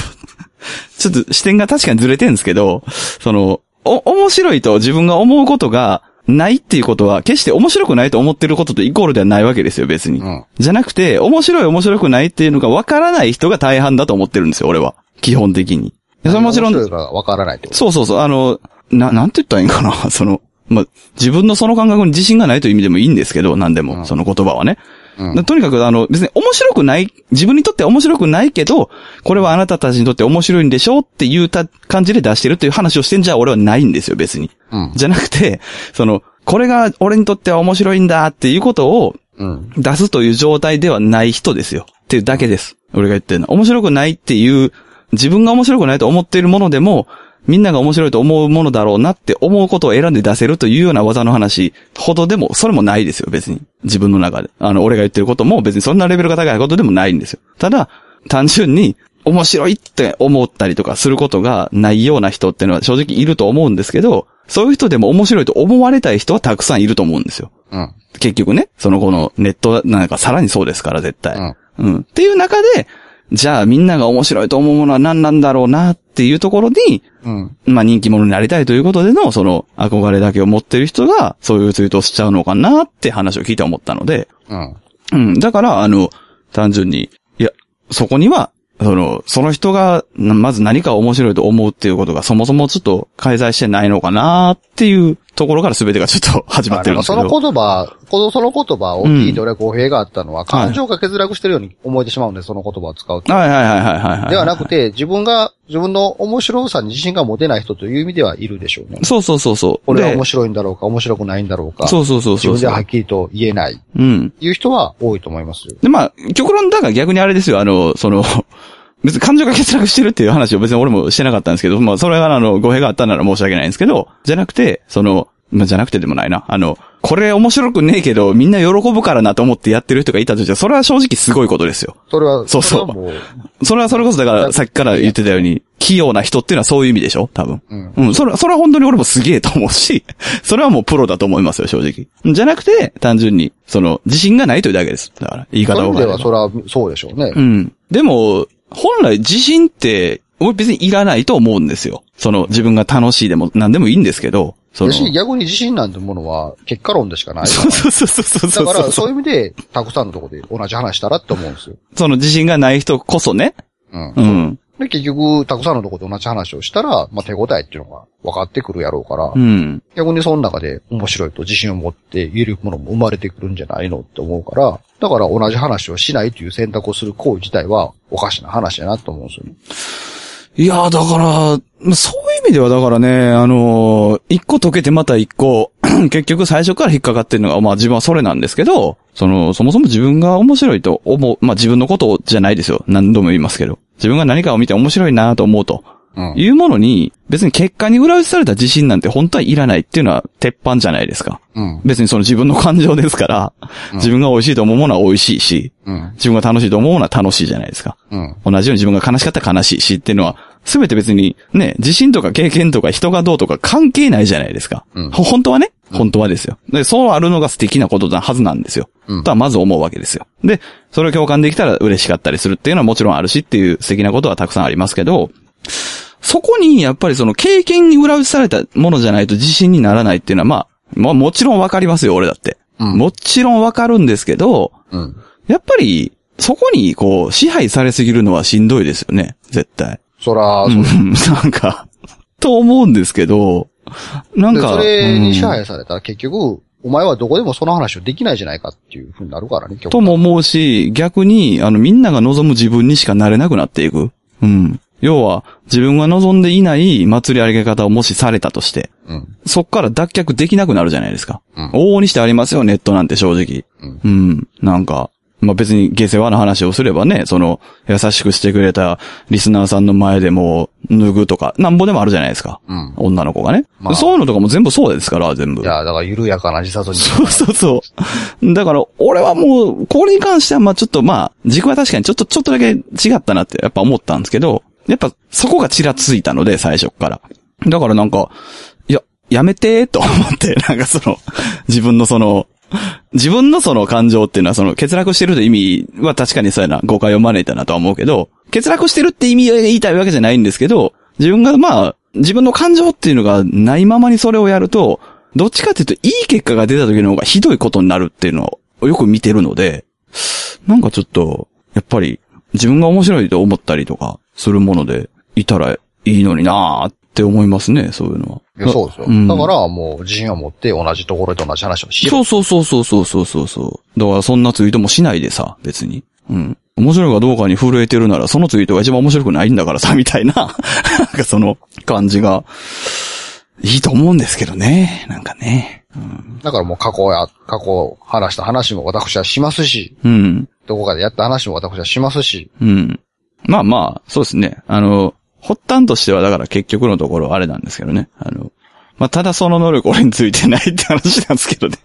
S2: ちょっと視点が確かにずれてるんですけど、その、お、面白いと自分が思うことがないっていうことは、決して面白くないと思ってることとイコールではないわけですよ、別に。
S3: うん
S2: じゃなくて、面白い面白くないっていうのが分からない人が大半だと思ってるんですよ、俺は。基本的に。いやそれはもちろん
S3: 面、白いかわからないってこと。
S2: そうそうそう、あの、な、なんて言ったらいいんかな、 その、まあ、自分のその感覚に自信がないという意味でもいいんですけど、何でも、
S3: うん
S2: その言葉はね。
S3: うん
S2: とにかく、あの、別に面白くない、自分にとっては面白くないけど、これはあなたたちにとって面白いんでしょうっていうた感じで出してるっていう話をしてんじゃ俺はないんですよ、別に。
S3: うん。
S2: じゃなくて、その、これが俺にとっては面白いんだっていうことを
S3: うん。
S2: 出すという状態ではない人ですよ。っていうだけです。俺が言ってるのは。面白くないっていう、自分が面白くないと思っているものでも、みんなが面白いと思うものだろうなって思うことを選んで出せるというような技の話ほどでも、それもないですよ、別に。自分の中で。あの、俺が言ってることも別にそんなレベルが高いことでもないんですよ。ただ、単純に面白いって思ったりとかすることがないような人っていうのは正直いると思うんですけど、そういう人でも面白いと思われたい人はたくさんいると思うんですよ。
S3: うん。
S2: 結局ね、その後のネットなんかさらにそうですから、絶対。
S3: うん。
S2: うん。っていう中で、じゃあみんなが面白いと思うものは何なんだろうなっていうところに、
S3: うん。
S2: まあ人気者になりたいということでの、その憧れだけを持ってる人が、そういうツイートをしちゃうのかなって話を聞いて思ったので、
S3: うん。
S2: うん。だから、あの、単純に、いや、そこには、その、その人が、なまず何か面白いと思うっていうことが、そもそもちょっと介在してないのかなっていうところから全てがちょっと始まってるんですけ
S3: そ
S2: ど。
S3: の言葉、この、その言葉を聞いて俺は語弊があったのは、感情が欠落してるように思えてしまうんで、その言葉を使うと。
S2: はいはいはいはいはいはい。
S3: ではなくて、自分が、自分の面白さに自信が持てない人という意味ではいるでしょうね。
S2: そうそうそうそう。
S3: 俺は
S2: で
S3: 面白いんだろうか、面白くないんだろうか。
S2: そうそうそう
S3: 自
S2: そう
S3: 分でははっきりと言えない、
S2: うん。
S3: いう人は多いと思いますよ。
S2: で、まあ、極論だから逆にあれですよ、あの、その、 別に感情が欠落してるっていう話を別に俺もしてなかったんですけど、まあ、それはあの、語弊があったなら申し訳ないんですけど、じゃなくて、その、まあ、じゃなくてでもないな。あの、これ面白くねえけど、みんな喜ぶからなと思ってやってる人がいたとしたら、それは正直すごいことですよ。
S3: それは、
S2: そうそう
S3: れはもう、
S2: それはそれこそだから、さっきから言ってたように、器用な人っていうのはそういう意味でしょ多分。
S3: うん。
S2: うん、それ、それは本当に俺もすげえと思うし、 それはもうプロだと思いますよ、正直。じゃなくて、単純に、その、自信がないというだけです。だから、言い
S3: そうい
S2: 方
S3: う意
S2: を変
S3: 味で
S2: えれば
S3: は、それはそうでしょうね
S2: う。ん。でも、本来自信って、俺別にいらないと思うんですよ。その、自分が楽しいでも何でもいいんですけど、その。
S3: だし
S2: そ、う
S3: 逆に自信なんてものは、結果論でしかな い。
S2: そうそうそうそ
S3: だ
S2: う
S3: か
S2: そ
S3: ら、
S2: う
S3: そういう意味で、たくさんのところで同じ話したらって思うんですよ。
S2: その自信がない人こそね。
S3: うん。
S2: うん。
S3: で、結局、たくさんのところで同じ話をしたら、まあ、手応えっていうのが分かってくるやろうから、
S2: うん。
S3: 逆にその中で面白いと自信を持って言えるものも生まれてくるんじゃないのって思うから、だから同じ話をしないという選択をする行為自体はおかしな話やなと思うんですよね。
S2: いやー、だから、まそういう意味では、だからね、あのー一個溶けてまた一個、 結局最初から引っかかってるのが、まあ自分はそれなんですけど、その、そもそも自分が面白いと思う、まあ自分のことじゃないですよ。何度も言いますけど。自分が何かを見て面白いなと思うと。
S3: うん。
S2: いうものに、別に結果に裏打ちされた自信なんて本当はいらないっていうのは鉄板じゃないですか。
S3: うん。
S2: 別にその自分の感情ですから、自分が美味しいと思うものは美味しいし、
S3: うん。
S2: 自分が楽しいと思うものは楽しいじゃないですか。
S3: うん。
S2: 同じように自分が悲しかったら悲しいしっていうのは、すべて別にね、自信とか経験とか人がどうとか関係ないじゃないですか。
S3: うん
S2: ほ本当はね、本当はですよ。で、そうあるのが素敵なことなはずなんですよ。
S3: うん
S2: とはまず思うわけですよ。で、それを共感できたら嬉しかったりするっていうのはもちろんあるしっていう素敵なことはたくさんありますけど、そこにやっぱりその経験に裏打ちされたものじゃないと自信にならないっていうのはまあ、まあもちろんわかりますよ、俺だって。
S3: うん
S2: もちろんわかるんですけど、
S3: うん。
S2: やっぱり、そこに、こう、支配されすぎるのはしんどいですよね。絶対。
S3: そら、
S2: う、
S3: そうん
S2: なんか、と思うんですけど、なん
S3: で
S2: か、
S3: それに支
S2: うん
S3: 配されたら結局、お前はどこでもその話をできないじゃないかっていうふうになるからね、今日。
S2: とも思うし、逆に、あの、みんなが望む自分にしかなれなくなっていく。うん。要は、自分が望んでいない祭り上げ方をもしされたとして、
S3: うん。
S2: そっから脱却できなくなるじゃないですか。
S3: うん
S2: 往々にしてありますよ、ネットなんて正直。
S3: うん
S2: うん。なんか、まあ、別に下世話な話をすればね、その、優しくしてくれたリスナーさんの前でも、脱ぐとか、なんぼでもあるじゃないですか。
S3: うん。
S2: 女の子がね。
S3: まあ
S2: そういうのとかも全部そうですから、全部
S3: い。や、だから緩やかな自殺に。
S2: そうそうそう。だから、俺はもう、これに関しては、まあちょっと、まあ軸は確かにちょっと、ちょっとだけ違ったなって、やっぱ思ったんですけど、やっぱ、そこがちらついたので、最初っから。だからなんか、いや、やめてーと思って、なんかその、自分のその、自分のその感情っていうのは、その、欠落してるという意味は確かにそうやな、誤解を招いたなとは思うけど、欠落してるって意味を言いたいわけじゃないんですけど、自分がまあ、自分の感情っていうのがないままにそれをやると、どっちかっていうと、いい結果が出た時の方がひどいことになるっていうのをよく見てるので、なんかちょっと、やっぱり、自分が面白いと思ったりとか、するもので、いたらいいのになーって思いますね、そういうのは。
S3: いやそうですよ。
S2: ん
S3: だから、もう、自信を持って同じところで同じ話をしよ
S2: そうそうそうそうそうそうそうそう。だからそんなツイートもしないでさ、別に。うん。面白いかどうかに震えてるなら、そのツイートが一番面白くないんだからさ、み たいな、なんかその感じが、いいと思うんですけどね。なんかね。
S3: う。だからもう過去や、過去話した話も私はしますし、
S2: うん。
S3: どこかでやった話も私はしますし、
S2: うん。まあまあ、そうですね。あの、発端としては、だから結局のところあれなんですけどね。あの、まあただその能力俺についてないって話なんですけどね。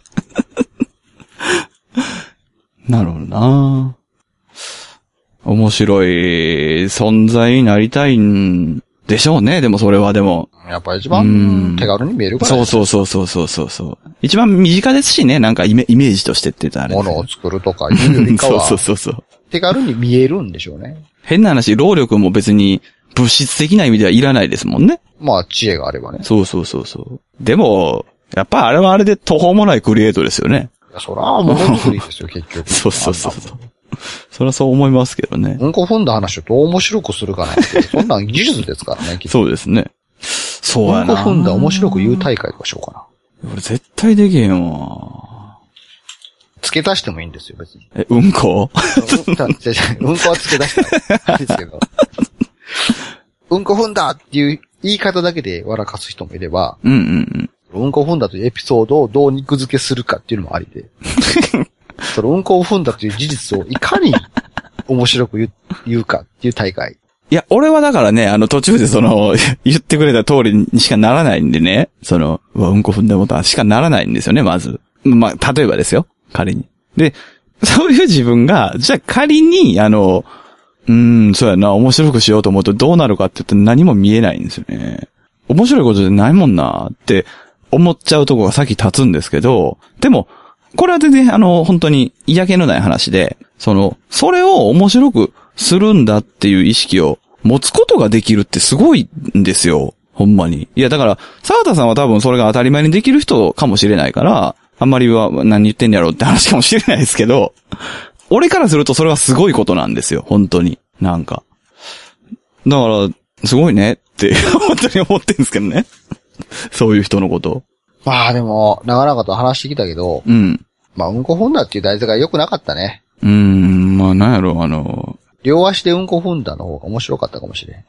S2: なるほどな面白い存在になりたいんでしょうね。でもそれはでも。
S3: やっぱり一
S2: うん
S3: 番手軽に見えるから、
S2: そうそうそうそうそうそうそう。一番身近ですしね。なんかイメイメージとしてって言ったらあれですけ
S3: 物
S2: ど
S3: を作るとかいうよりか
S2: そうそう
S3: は、
S2: そうそう。
S3: 手軽に見えるんでしょうね。
S2: 変な話、労力も別に物質的な意味ではいらないですもんね。
S3: まあ、知恵があればね。
S2: そうそうそうそう。でも、やっぱあれはあれで途方もないクリエイトですよね。
S3: いやそら、もの作りですよ、結局。
S2: そうそうそうそう。それはそう思いますけどね。
S3: うんこ踏んだ話をどう面白くするかなんて、そんなん技術ですからね、きっと。
S2: そうですね。そう
S3: う
S2: や
S3: んこ
S2: な。
S3: 踏んだ面白く言う大会とかしようか
S2: 俺絶対できへんわ。
S3: な。付け足してもいいんです よ、別に。
S2: え、うんこ
S3: うんた違う違ううんこは付け出したらいいですけど。うんこ踏んだっていう言い方だけで笑かす人もいれば、
S2: うんうんうん。
S3: うんこ踏んだというエピソードをどう肉付けするかっていうのもあり で。そのうんこを踏んだという事実をいかに面白く言う言うかっていう大会。
S2: いや、俺はだからね、あの途中でその、 言ってくれた通りにしかならないんでね、その、うわ、うんこ踏んだもたしかならないんですよね、まず。まあ、例えばですよ。仮に。で、 そういう自分が、じゃあ仮に、あの、うーん、そうやな、面白くしようと思うとどうなるかって言って何も見えないんですよね。面白いことじゃないもんなって思っちゃうとこが先立つんですけど、でも、これは全然、あの、本当に嫌気のない話で、その、それを面白くするんだっていう意識を持つことができるってすごいんですよ。ほんまに。いや、だから、沢田さんは多分それが当たり前にできる人かもしれないから、あんまりは何言ってんやろうって話かもしれないですけど、俺からするとそれはすごいことなんですよ。本当に。なんか。だから、すごいねって、 本当に思ってるんですけどね。そういう人のことを。
S3: まあでも、長々と話してきたけど、
S2: うん。
S3: まあうんこ踏んだっていう題材が良くなかったね。
S2: うーん、まあ、なんやろ、あの、
S3: 両足でうんこ踏んだの方が面白かったかもしれん。
S2: う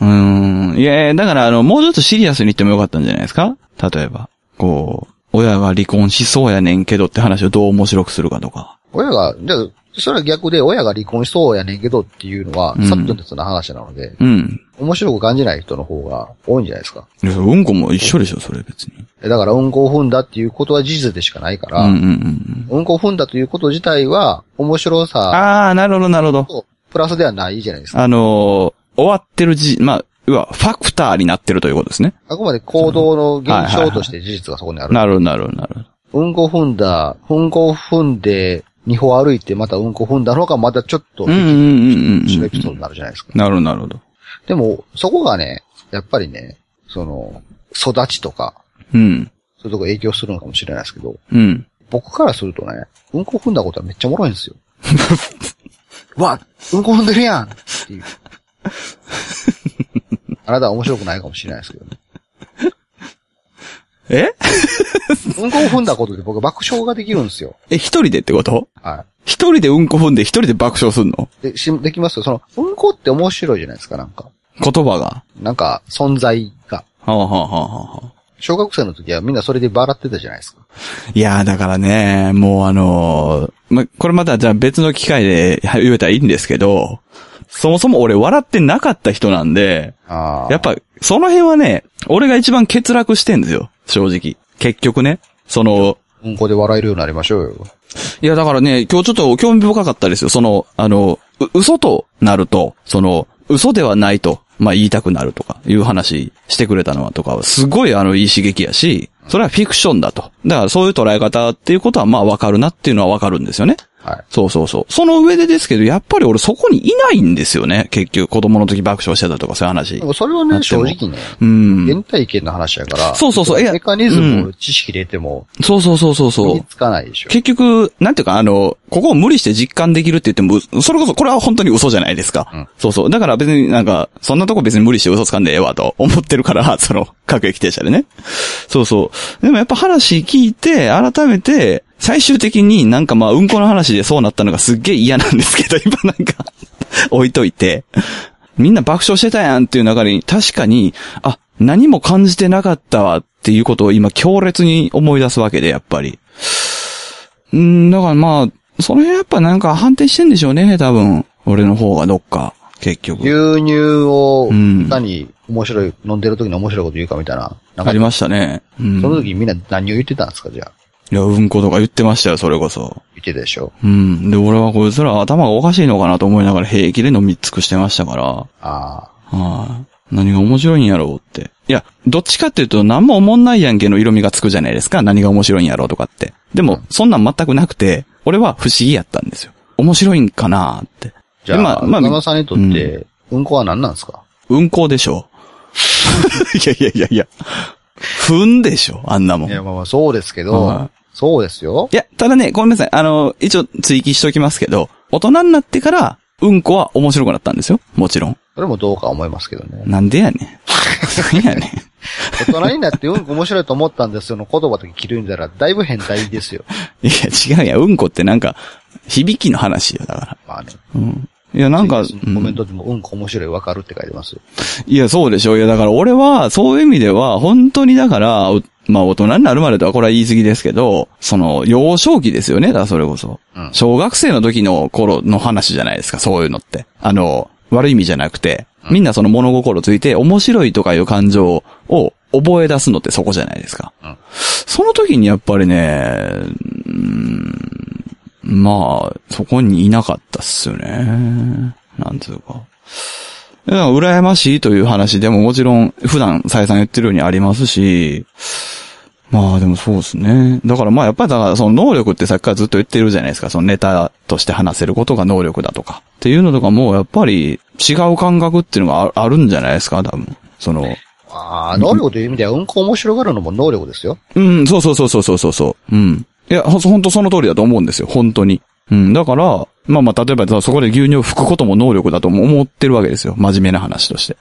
S2: ーん、いやいやだから、あの、もうちょっとシリアスに言ってもよかったんじゃないですか例えば、こう、親は離婚しそうやねんけどって話をどう面白くするかとか。
S3: 親が、じゃあ、それは逆で親が離婚しそうやねんけどっていうのは
S2: うん、
S3: さっきのやつの話なので、
S2: うん。
S3: 面白く感じない人の方が多いんじゃないですか。
S2: いや、それうんこも一緒でしょ、それ別に。
S3: えだからうんこを踏んだっていうことは事実でしかないか
S2: う
S3: ら、
S2: んうんうん。
S3: うんこを踏んだということ自体は面白さ
S2: あー、なるほど、なるほど。
S3: とプラスではないじゃないですか。
S2: あのー終わってるじ、まあ、うわ、ファクターになってるということですね。
S3: あくまで行動の現象として事実がそこにある。
S2: なるほど、なるほど、なるほど。
S3: うんこ踏んだ、うんこ踏んで、二歩歩いてまたうんこ踏んだのがまたちょっと
S2: うんうんうんうん
S3: 面
S2: う
S3: 白いエ
S2: ん。
S3: ピソードになるじゃないですか。
S2: なるほど、なるほど。
S3: でも、そこがね、やっぱりね、その、育ちとか、
S2: うん。
S3: そういうとこ影響するのかもしれないですけど、
S2: うん。
S3: 僕からするとね、うんこ踏んだことはめっちゃおもろいんですよ。 わ、うんこ踏んでるやんっていう。 あなたは面白くないかもしれないですけどね。
S2: え
S3: うんこを踏んだことで僕爆笑ができるんですよ。
S2: え、一人でってこと
S3: は
S2: 一人でうんこ踏んで一人で爆笑すんの
S3: い。で、し、できますよ。その、うんこって面白いじゃないですか、なんか。
S2: 言葉が。
S3: なんか、存在が。
S2: はあ、はあはあはあは
S3: 小学生の時はみんなそれで笑ってたじゃないですか。
S2: いやー、だからね、もうあのーま、これまたじゃあ別の機会ではい言えたらいいんですけど、そもそも俺笑ってなかった人なんで、
S3: ああ。
S2: やっぱ、その辺はね、俺が一番欠落してんですよ、正直。結局ね。その、
S3: うんこで笑えるようになりましょうよ。
S2: いやだからね、今日ちょっと興味深かったですよ。その、あの、う嘘となると、その、嘘ではないと、まあ言いたくなるとか、いう話してくれたのはとかは、すごいあの、いい刺激やし、それはフィクションだと。だからそういう捉え方っていうことはまあわかるなっていうのはわかるんですよね。
S3: はい。
S2: そうそうそう。その上でですけど、やっぱり俺そこにいないんですよね。結局子供の時爆笑してたとかそういう話
S3: で。もそれは
S2: あっ
S3: ね、
S2: ても
S3: 正直ね、
S2: うん。
S3: 原体験の話やから、
S2: そうそうそういや
S3: メカニズムを知識入れても、
S2: そうそうそうそう
S3: 身
S2: そう
S3: に。つかないでしょ。
S2: 結局、なんていうか、あの、ここを無理して実感できるって言っても、うそれこそ、これは本当に嘘じゃないですか。
S3: うん
S2: そうそう。だから別になんか、そんなとこ別に無理して嘘つかんでええわと思ってるから、 その、各駅停車でね。そうそう。でもやっぱ話聞いて、改めて、最終的になんかまあ、うんこの話でそうなったのがすっげえ嫌なんですけど、今なんか、 置いといて、みんな爆笑してたやんっていう中に、確かに、あ、何も感じてなかったわっていうことを今強烈に思い出すわけで、やっぱり。うん、だからまあ、その辺やっぱなんか反転してんでしょうね、多分。俺の方がどっか、結局。
S3: 牛乳を
S2: う、ん
S3: いかに面白い、飲んでる時に面白いこと言うかみたいな。なん
S2: あ
S3: か
S2: り、ましたね。うん。
S3: その時みんな何を言ってたんですか、じゃあ。
S2: いや、うんことか言ってましたよ、それこそ。
S3: 言ってたでしょ。
S2: うん。で、俺はこいつら頭がおかしいのかなと思いながら平気で飲み尽くしてましたから。
S3: あ
S2: はい。何が面白いんやろうって。いや、どっちかっていうと何も思んないやんけの色味がつくじゃないですか。何が面白いんやろうとかって。でも、そんなん全くなくて、俺は不思議やったんですよ。面白いんかなって。
S3: あ。じゃあ、
S2: まあまあ
S3: 中野さんにとって、うんこは何なんですか
S2: 運行でしょ。 いやいやいやいや。踏んでしょ、あんなもん。
S3: いや、まあまあ、そうですけ
S2: はい
S3: ど、そうですよ
S2: い。や、ただね、ごめんなさい。あの、一応追記しておきますけど、大人になってから、うんこは面白くなったんですよ。もちろん。
S3: それもどうか思いますけどね。
S2: なんでやねん。 なんやねん。
S3: 大人になってうんこ面白いと思ったんですよの言葉だけ切るんだら、だいぶ変態で すよ。
S2: いや、違うやん。うんこってなんか、響きの話よ、だから。
S3: まあね。
S2: うん。いや、なんか、
S3: ツイッタ
S2: う
S3: ーの
S2: ん
S3: コメントでもうんこ面白いわかるって書いてますよ。
S2: いや、そうでしょ。いや、だから俺は、そういう意味では、本当にだから、おまあ大人になるまでとはこれは言い過ぎですけど、その、幼少期ですよね、だからそれこそ。
S3: うん
S2: 小学生の時の頃の話じゃないですか、そういうのって。あの、悪い意味じゃなくて、
S3: うん
S2: みんなその物心ついて面白いとかいう感情を覚え出すのってそこじゃないですか。
S3: うん
S2: その時にやっぱりね、うーんまあ、そこにいなかったっすよね。なんつうか。だから羨ましいという話でももちろん普段再三言ってるようにありますし、まあでもそうですね。だからまあやっぱりだからその能力ってさっきからずっと言ってるじゃないですか。そのネタとして話せることが能力だとか。っていうのとかもやっぱり違う感覚っていうのがああるんじゃないですか、多分。その、
S3: ああ、能力という意味ではうんこ面白がるのも能力ですよ。
S2: うん、そうそうそうそうそうそうそう。うん。いや、ほんとその通りだと思うんですよ、本当に。うん、だから、まあまあ、例えばそこで牛乳を吹くことも能力だとも思ってるわけですよ、真面目な話として。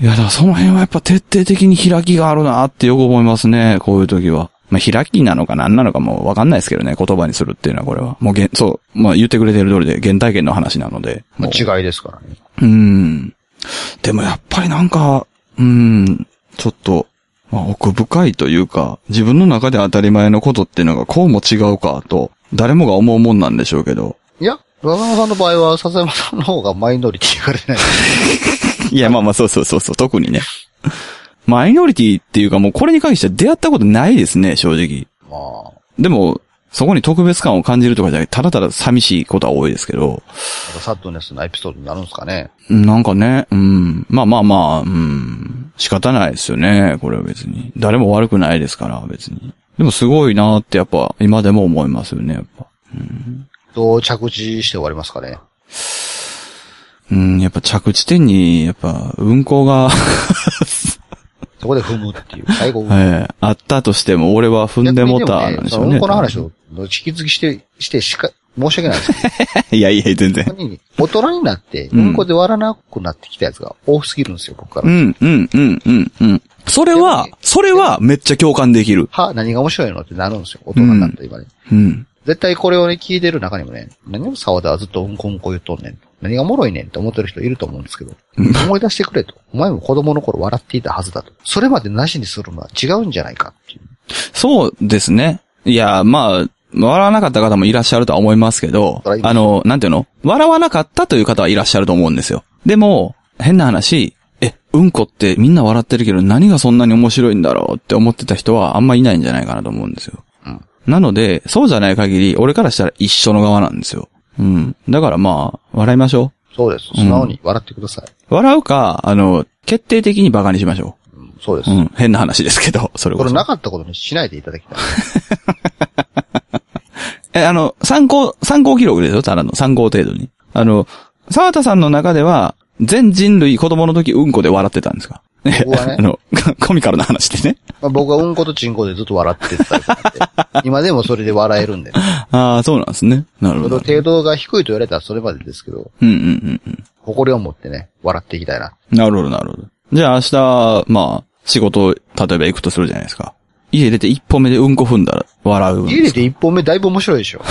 S2: いや、だからその辺はやっぱ徹底的に開きがあるなってよく思いますね、こういう時は。まあ、開きなのか何なのかもうわかんないですけどね、言葉にするっていうのはこれは。もうげん、そう、まあ言ってくれてる通りで原体験の話なので。
S3: ま
S2: もう
S3: あ、違いですからね。
S2: うん。でもやっぱりなんか、うん、ちょっと、まあ、奥深いというか、自分の中で当たり前のことっていうのがこうも違うかと、誰もが思うもんなんでしょうけど。
S3: いや、中野さんの場合は、笹山さんの方がマイノリティが出ない。
S2: いや、まあまあ、そうそうそうそう、特にね。マイノリティっていうかもうこれに関しては出会ったことないですね、正直。
S3: まあ、
S2: でも、そこに特別感を感じるとかじゃなくて、ただただ寂しいことは多いですけど。
S3: またサッドネスなエピソードになるんですかね。
S2: なんかね、うん。まあまあまあ、うん。仕方ないですよね、これは別に。誰も悪くないですから、別に。でもすごいなってやっぱ、今でも思いますよね、やっぱ。
S3: どう着地して終わりますかね。
S2: うん、やっぱ着地点に、やっぱ、運行が、
S3: そこで踏むっていう。最後、
S2: ええあったとしても、俺は踏んでもうた、
S3: 逆
S2: な
S3: に
S2: ん
S3: ね
S2: でし
S3: そ
S2: ょう
S3: のう
S2: ね。
S3: んこの話を引き続きして、してしか、申し訳ないですけ
S2: いやいや、全然
S3: ど。。本当に大人になって、
S2: うん
S3: うんこで笑わなくなってきたやつが多すぎるんですよ、僕か
S2: う
S3: ら。
S2: ん、うん、うん、うん、うん。それは
S3: でもね、
S2: それはめっちゃ共感できる。
S3: は、何が面白いのってなるんですよ、大人になった今ね。
S2: うん。
S3: 絶対これをね、聞いてる中にもね、何を沢田はずっとうんこうんこ言っとんねんと。何がおもろいねんって思ってる人いると思うんですけど、思い出してくれと。お前も子供の頃笑っていたはずだと。それまでなしにするのは違うんじゃないかっていう。
S2: そうですね。いや、まあ、笑わなかった方もいらっしゃるとは思いますけど、
S3: 笑います
S2: あの、なんていうの笑わなかったという方はいらっしゃると思うんですよ。でも、変な話、え、うんこってみんな笑ってるけど何がそんなに面白いんだろうって思ってた人はあんまいないんじゃないかなと思うんですよ。
S3: うん
S2: なので、そうじゃない限り、俺からしたら一緒の側なんですよ。うん。だからまあ、笑いましょ
S3: そうです。素直に笑ってください。
S2: う。笑うか、あの、決定的にバカにしましょ
S3: うんそうです
S2: う。う。ん。変な話ですけど、それこ
S3: これ
S2: そ。
S3: なかったことにしないでいただき たい。
S2: え、あの、参考、参考記録ですよ、ただの。参考程度に。あの、沢田さんの中では、全人類子供の時うんこで笑ってたんですか
S3: 僕はね
S2: あ、の、 コミカルな話でね。
S3: まあ、僕はうんことちんこでずっと笑ってたタイ プなんで、今でもそれで笑えるんで、ね、
S2: ああ、そうなんですね。なる
S3: そ
S2: ほ
S3: の
S2: ど。
S3: 程度が低いと言われたらそれまでですけど、
S2: うんうんうんうん。
S3: 誇りを持ってね、笑っていきたいな。
S2: なるほど、なるほど。じゃあ明日、まあ、仕事、例えば行くとするじゃないですか。家出て一歩目でうんこ踏んだら笑うんです
S3: 家でて一本目だいぶ面白いでしょ。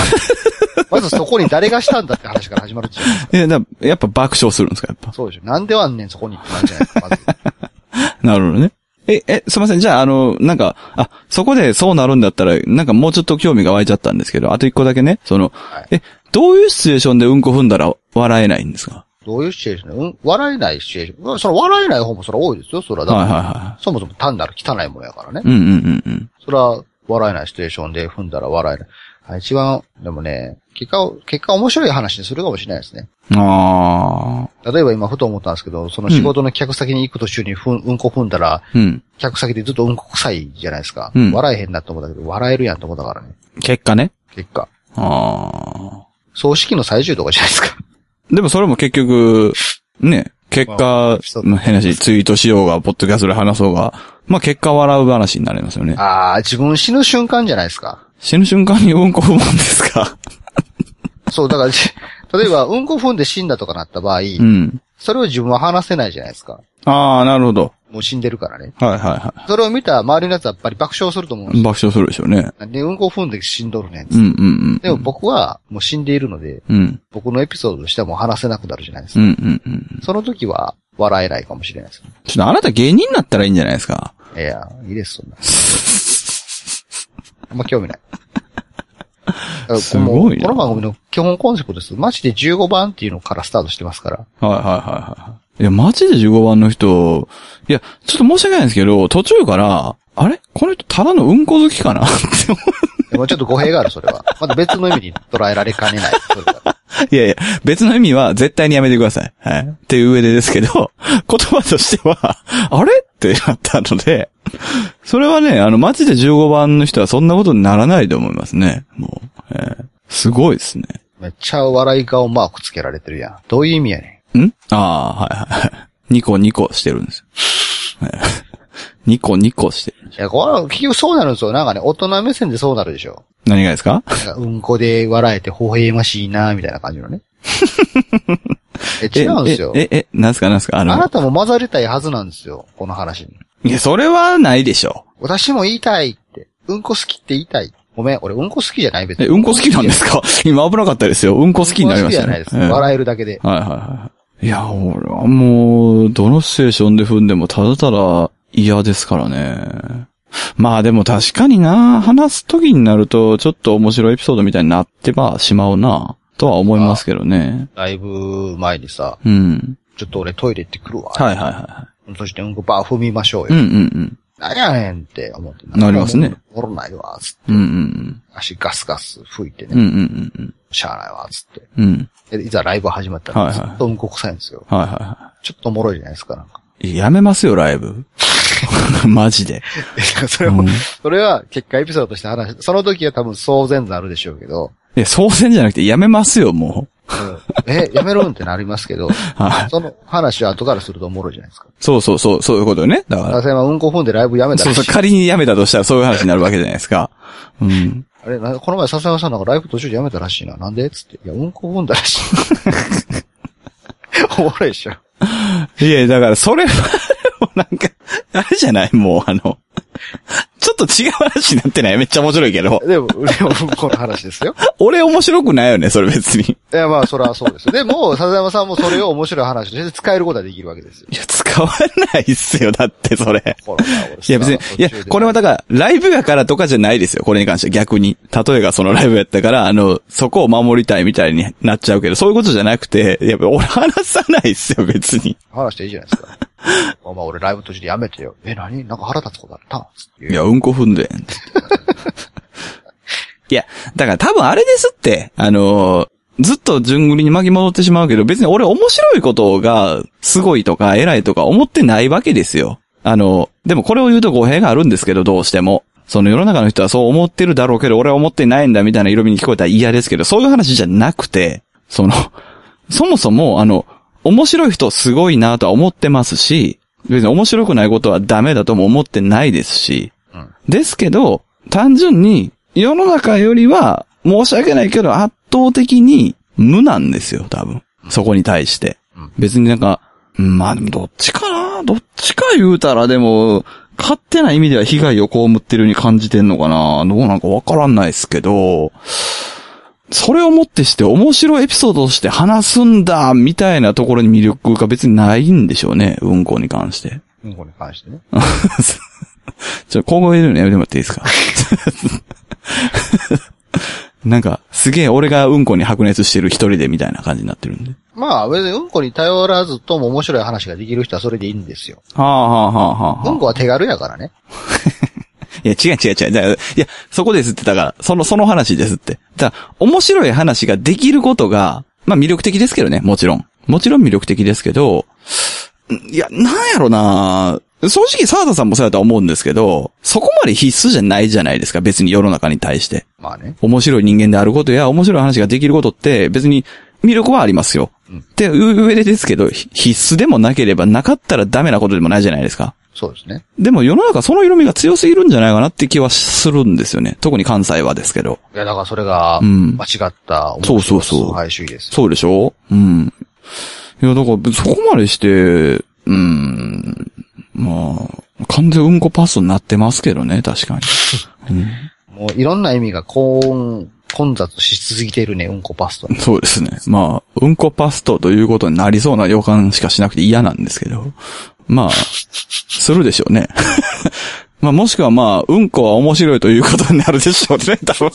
S3: まずそこに誰がしたんだって話から始まるじゃん。
S2: え、だやっぱ爆笑するんですか、やっぱ。
S3: そうでしょ。なんではあんねんそこにってなんじゃないですか、まず。
S2: なるほどね。え、え、すいません。じゃあ、あの、なんか、あ、そこでそうなるんだったら、なんかもうちょっと興味が湧いちゃったんですけど、あと一個だけね、その、
S3: い
S2: え、どういうシチュエーションでうんこ踏んだら笑えないんですか
S3: どういうシチュエーションうん、笑えないシチュエーションうん。その笑えない方もそれは多いですよ、それは。だ
S2: はい
S3: か
S2: はい
S3: ら
S2: は
S3: そもそも単なる汚いものやからね
S2: い。。うんうんうんうん。
S3: それは笑えないシチュエーションで踏んだら笑えない。あ一番、でもね、結果を、結果面白い話にするかもしれないですね。
S2: あ
S3: 例えば今ふと思ったんですけど、その仕事の客先に行く途中にふん、うんこ踏んだら、
S2: ー。うん。
S3: 客先でずっとうんこ臭いじゃないですか。
S2: うん
S3: 笑えへんなと思ったけど、笑えるやんと思ったからね。
S2: 結果ね。
S3: 結果。
S2: あ
S3: 葬式の最中とかじゃないですか。
S2: ー。でもそれも結局、ね、結
S3: ま
S2: 果
S3: あそう、
S2: まあ変なし、ツイートしようが、ポッドキャストで話そうが、まあ結果笑う話になりますよね。
S3: ああ、自分死ぬ瞬間じゃないですか。
S2: 死ぬ瞬間にうんこ踏むんです か
S3: そう、だから、 じ例えば、うんこ踏んで死んだとかなった場合、
S2: うん。
S3: それを自分は話せないじゃないですか。
S2: あー、なるほど。
S3: もう死んでるからね。
S2: はいはいはい。
S3: それを見た周りのやつはやっぱり爆笑すると思うんですよ。
S2: 爆笑するでしょうね。
S3: なんで、うんこ踏んで死んどるねん。
S2: うんうんうん。
S3: でも僕はもう死んでいるので、
S2: うん。
S3: 僕のエピソードとしてはもう話せなくなるじゃないです
S2: う
S3: か。
S2: んうんうん。
S3: その時は笑えないかもしれないです。
S2: ちょっとあなた芸人になったらいいんじゃないですか。
S3: いや、いいです、そんな。 あんま興 味ない。
S2: すごいな
S3: この番組の基本コンセプトです。マジで15番っていうのからスタートしてますから。
S2: はいはいはいはい。いや、マジで15番の人、いや、ちょっと申し訳ないんですけど、途中から、あれこの人ただのうんこ好きかなって思
S3: でもちょっと語弊がある、それは。まだ別の意味に捉えられかねない。それは
S2: ういやいや、別の意味は絶対にやめてください。はい。っていう上でですけど、言葉としては、あれってなったので、それはね、あの、マジで15番の人はそんなことにならないと思いますね。もう、えーすごいですね。
S3: めっちゃ笑い顔マークつけられてるやん。どういう意味やね
S2: んああ、はいはいはい。ニコニコしてるんですよ。 ニコニコしてる。
S3: ん。いや、これは結局そうなるんですよ。なんかね、大人目線でそうなるでしょ。
S2: 何がですか
S3: なんかうんこで笑えて微笑ましいな、みたいな感じの ね。え違うんですよ。
S2: え、え、え、なんすかなんすかあ
S3: あな
S2: の、
S3: たも混ざりたいはずなんですよ。この話に。
S2: いや、それはないでしょ
S3: 私も言いたいって。うんこ好きって言いたい。ごめん、俺うんこ好きじゃない別
S2: う。え、
S3: に。
S2: うんこ好きなんですすか今危なかったですよ。うんこ好きになりました
S3: うんこ好きじゃ
S2: ねえ
S3: ないで。す。
S2: えはい
S3: 笑えるだけで。
S2: はいはい。いや、俺はもう、どのシチュエーションで踏んでもただただ嫌ですからね。まあでも確かにな、話す時になると、ちょっと面白いエピソードみたいになってばしまうな、とは思いますけどね。
S3: だいぶ前にさ、
S2: うん。
S3: ちょっと俺トイレ行ってくるわ。
S2: はいはいは
S3: そしてうんこばー踏みましょ
S2: い。
S3: う
S2: う
S3: よ。
S2: んうん
S3: なんやねんって思って。
S2: なりますね。
S3: おろないわ、つって。
S2: うん。うんうん
S3: 足ガスガス吹いて
S2: うん。うん
S3: ね。
S2: うんうん
S3: しゃあないわ、つっ
S2: うん。うん。
S3: て。でいざライブ始まったら、
S2: はい
S3: ず
S2: はい
S3: っとうんこ臭いんですよ。
S2: はいはいは
S3: ちょっとおもろいじゃないですか、なんか。
S2: い。やめますよ、ライブ。 マジで。
S3: それも、それは結果エピソードとして話し、その時は多分騒然となるでしょうけど、
S2: いや、総選じゃなくてやめますよ、もう。
S3: え、やめろんってなりますけど、
S2: はい。
S3: その話は後からするとおもろいじゃないですか。
S2: そうそうそう、そういうことよね。だか
S3: あ、
S2: ら。
S3: それはうんこ踏んでライブやめた
S2: そう
S3: らし
S2: そう、
S3: い。
S2: 仮にやめたとしたらそういう話になるわけじゃないですか。うん。
S3: あれ、なこの前笹山さんなんかライブ途中でやめたらしいな。なんでつって。いや、うんこ踏んだらしい。 おもろいでしょ。
S2: いや、だからそれは、もうなんか、あれじゃないもう、あの、ちょっと違う話になってないめっちゃ面白いけど。
S3: でも、でも、この話ですよ。
S2: 俺面白くないよね、それ別に。
S3: いや、まあ、それはそうです。でも、笹山さんもそれを面白い話として使えることはできるわけですよ。
S2: いや、使わないっすよ、だってそれ。
S3: ほらほら
S2: いや別に、いや、これはだから、ライブやからとかじゃないですよ、これに関しては逆に。例えがそのライブやったから、あの、そこを守りたいみたいになっちゃうけど、そういうことじゃなくて、やっぱ俺話さないっすよ、別に。
S3: 話していいじゃないですか。まあ、まあ俺ライブ途中でやめてよ。え、何なんか腹立つことあったっていう
S2: いや、うんこ踏んでん。 いや、だから多分あれですって、あのーずっと順繰りに巻き戻ってしまうけど、別に俺面白いことがすごいとか偉いとか思ってないわけですよ。あのーでもこれを言うと語弊があるんですけど、どうしても。その世の中の人はそう思ってるだろうけど、俺は思ってないんだみたいな色味に聞こえたら嫌ですけど、そういう話じゃなくて、その、そもそも、あの、面白い人すごいなとは思ってますし、別に面白くないことはダメだとも思ってないですし、
S3: うん
S2: ですけど、単純に世の中よりは申し訳ないけど圧倒的に無なんですよ、多分。そこに対して
S3: うん。
S2: 別になんか、うんまあでもどっちかなどっちか言うたらでも、勝手な意味では被害を被ってるように感じてんのかなどうなんかわからんないですけど、それをもってして面白いエピソードとして話すんだ、みたいなところに魅力が別にないんでしょうね、うんこに関して。
S3: うんこに関してね。
S2: ちょ、今後入れるのやめてもらっていいですか なんか、すげえ俺がうんこに白熱してる一人でみたいな感じになってるんで。
S3: まあ、別にうんこに頼らずとも面白い話ができる人はそれでいいんですよ。
S2: はあはあはあはあ
S3: う
S2: はあ。
S3: んこは手軽やからね。
S2: いや、違う違う違う。だからいや、そこですって、だから、その、その話ですって。だから面白い話ができることが、まあ魅力的ですけどね、もちろん。もちろん魅力的ですけど、んいや、なんやろな正直、サーダさんもそうやとは思うんですけど、そこまで必須じゃないじゃないですか、別に世の中に対して。
S3: まあね。
S2: 面白い人間であることや、面白い話ができることって、別に魅力はありますよ。
S3: うん
S2: っていう上でですけど、ひ必須でもなければ、なかったらダメなことでもないじゃないですか。
S3: そうですね。
S2: でも世の中その色味が強すぎるんじゃないかなって気はするんですよね。特に関西はですけど。
S3: いや、だからそれが、
S2: うん
S3: 間違った、
S2: そうそうそう
S3: 配主義ですよ。
S2: そうでしょうん。いや、だから、そこまでして、うん、まあ、完全うんこパストになってますけどね、確かに。
S3: もういろんな意味が高音、混雑しすぎてるね、うんこパストに。
S2: そうですね。まあ、うんこパストということになりそうな予感しかしなくて嫌なんですけど。まあ、するでしょうね。 まあ、もしくはまあ、うんこは面白いということになるでしょうね、多分。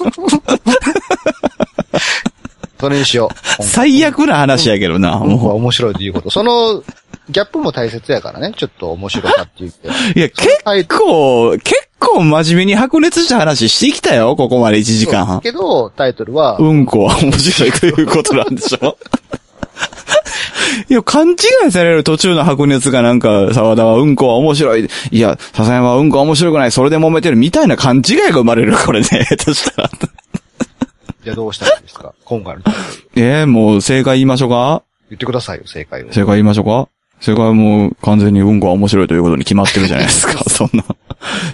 S3: それにしよ う。
S2: 最悪な話やけどな、
S3: うんこ
S2: も
S3: は面白いということ。その、ギャップも大切やからね。ちょっと面白さって言って。
S2: う。いや、結構、結構真面目に白熱した話してきたよ、ここまで1時間
S3: そう
S2: 半。
S3: けど、タイトルは、
S2: うんこは面白いということなんでしょいや、勘違いされる途中の白熱がなんか、沢田はうんこは面白い。いや、笹山はうんこは面白くない。それで揉めてるみたいな勘違いが生まれる、これね。下手したら。
S3: じゃあどうしたらいいですか今回のタイトル。
S2: えーもう正解言いましょうか
S3: 言ってくださいよ、正解を。
S2: 正解言いましょうか正解はもう完全にうんこは面白いということに決まってるじゃないですか。そんな。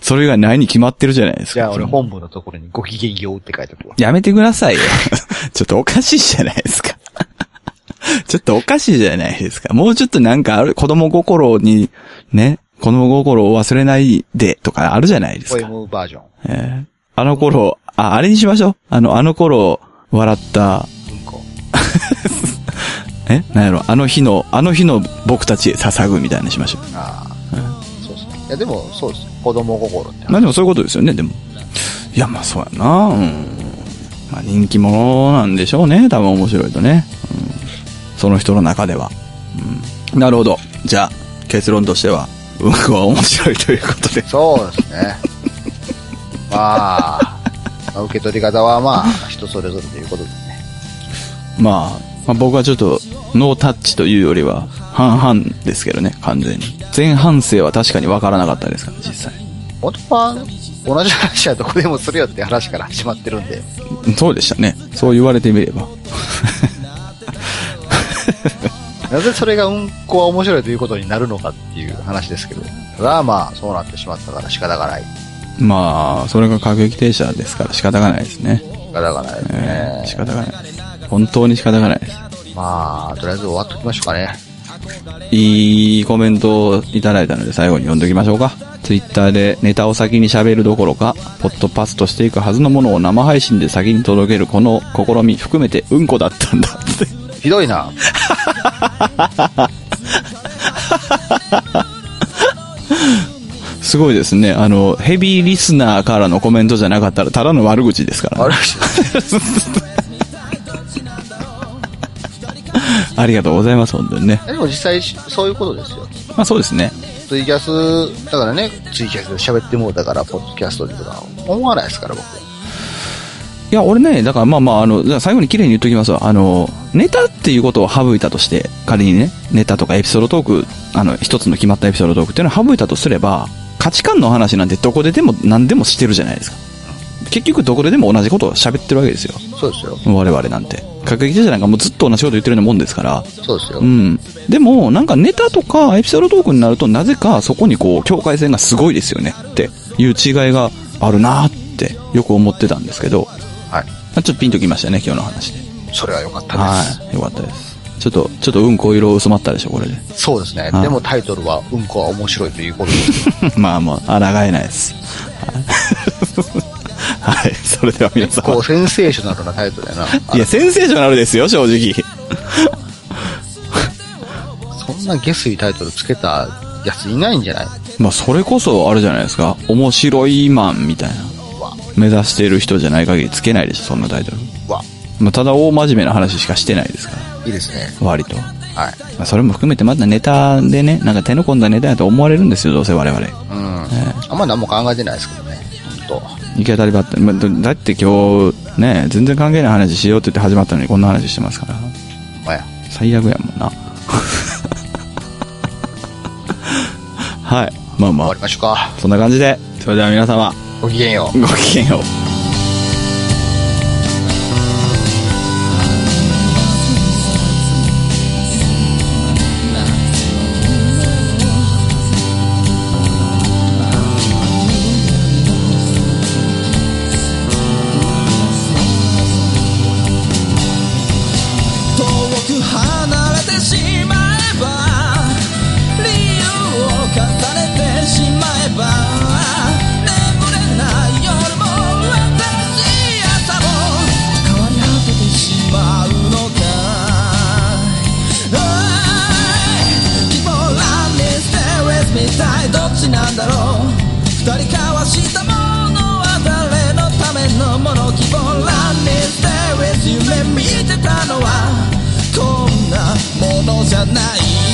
S2: それ以外ないに決まってるじゃないですか。
S3: じゃあ俺本部のところにご機嫌ようって書いておくわ。
S2: やめてくださいよ。 ちょっとおかしいじゃないですか。 ちょっとおかしいじゃないですか。もうちょっとなんかある、子供心に、ね、子供心を忘れないでとかあるじゃないです
S3: ポエ
S2: か。
S3: ムバージョン。
S2: えーあの頃、あ、あれにしましょう。あの、あの頃、笑った、
S3: うんこ。
S2: えなんやろ、あの日の、あの日の僕たちへ捧ぐみたいなのしましょ
S3: ああ。そうですね。いやでも、そうです。子供心って
S2: う。。まあでもそういうことですよね、でも。いや、まあそうやなうん。まあ人気者なんでしょうね、多分面白いとね。うん、その人の中では。うん、なるほど。じゃあ、結論としては、うんこは面白いということで。
S3: そうですね。まあ、まあ受け取り方はまあ、人それぞれということですね。
S2: まあ、まあ僕はちょっと、ノータッチというよりは、半々ですけどね、完全に。前半生は確かに分からなかったですから、実際。
S3: 本当は、同じ話はどこでもするよって話から始まってるんで。
S2: そうでしたね。そう言われてみれば。
S3: なぜそれがうんこは面白いということになるのかっていう話ですけど、ただまあそうなってしまったから仕方がない。
S2: まあ、それが過激停車ですから仕方がないですね。
S3: 仕方がないです
S2: えー
S3: ね。
S2: 仕方がないです。本当に仕方がないです。
S3: まあ、とりあえず終わっときましょうかね。
S2: いいコメントをいただいたので最後に読んでおきましょうか。ツイッターでネタを先に喋るどころか、ポッドパスとしていくはずのものを生配信で先に届けるこの試み含めてうんこだったんだって。
S3: ひどいな。
S2: すごいですね。あの、ヘビーリスナーからのコメントじゃなかったら、ただの悪口ですから、ね。
S3: 悪
S2: ありがとうございます、本当にね。
S3: でも実際し、そういうことですよ。
S2: まあそうですね。
S3: ツイキャス、だからね、ツイキャスで喋ってもうたから、ポッドキャストでとか、思わないですから、僕。
S2: いや、俺ね、だからまあまあ、あの、じゃあ最後に綺麗に言っときますわ。あの、ネタっていうことを省いたとして、仮にね、ネタとかエピソードトーク、あの、一つの決まったエピソードトークっていうのを省いたとすれば、価値観の話なんてどこででも何でもしてるじゃないですか。結局どこででも同じことを喋ってるわけですよ。
S3: そうですよ。
S2: 我々なんて。各劇者なんかもうずっと同じこと言ってるようなもんですから。
S3: そうですよ
S2: う。ん。でも、なんかネタとかエピソードトークになると、なぜかそこにこう、境界線がすごいですよねっていう違いがあるなーってよく思ってたんですけど、
S3: はい。
S2: あちょっとピンときましたね、今日の話で。
S3: それは良かったです。
S2: はい。よかったです。ちょっと、ちょっとうんこ色薄まったでしょ、これで。
S3: そうですね。
S2: はい
S3: でもタイトルは、うんこは面白いということです。
S2: まあまあ、抗えないです。 はいはい。 それでは皆さん。
S3: こう、センセーショナルなタイトルやな。あ
S2: いや、センセーショナルですよ、正直。
S3: そんな下水タイトルつけたやついないんじゃない
S2: まあ、それこそ、あれじゃないですか。面白いマンみたいな。
S3: うわ、
S2: 目指している人じゃない限りつけないでしょ、そんなタイトル。
S3: うわ、
S2: まあ、ただ大真面目な話しかしてないですから、
S3: いいですね。
S2: 割と。ま
S3: はい。
S2: あ、それも含めてまだネタでね、なんか手の込んだネタやと思われるんですよ、どうせ我々。
S3: うん。あんま何も考えてないですけどね。ほんと。
S2: 行き当たりばったり、まあ、だだって今日、ね、全然関係ない話しようって言って始まったのにこんな話してますから。
S3: まあや。
S2: 最悪やもんな。 はい。まあま
S3: 終わ
S2: あ
S3: り、ましょうか。
S2: そんな感じで、それでは皆様、
S3: ごきげんよう。
S2: ごきげんよう。
S1: 遠く離れてしまえば理由を重ねてしまえば眠れない夜も私朝も変わり果ててしまうのかい Keep on running, stay with me 一体どっちなんだろう二人交わしたものは誰のためのもの希望 Running, stay with you 夢見てたのはこんなものじゃない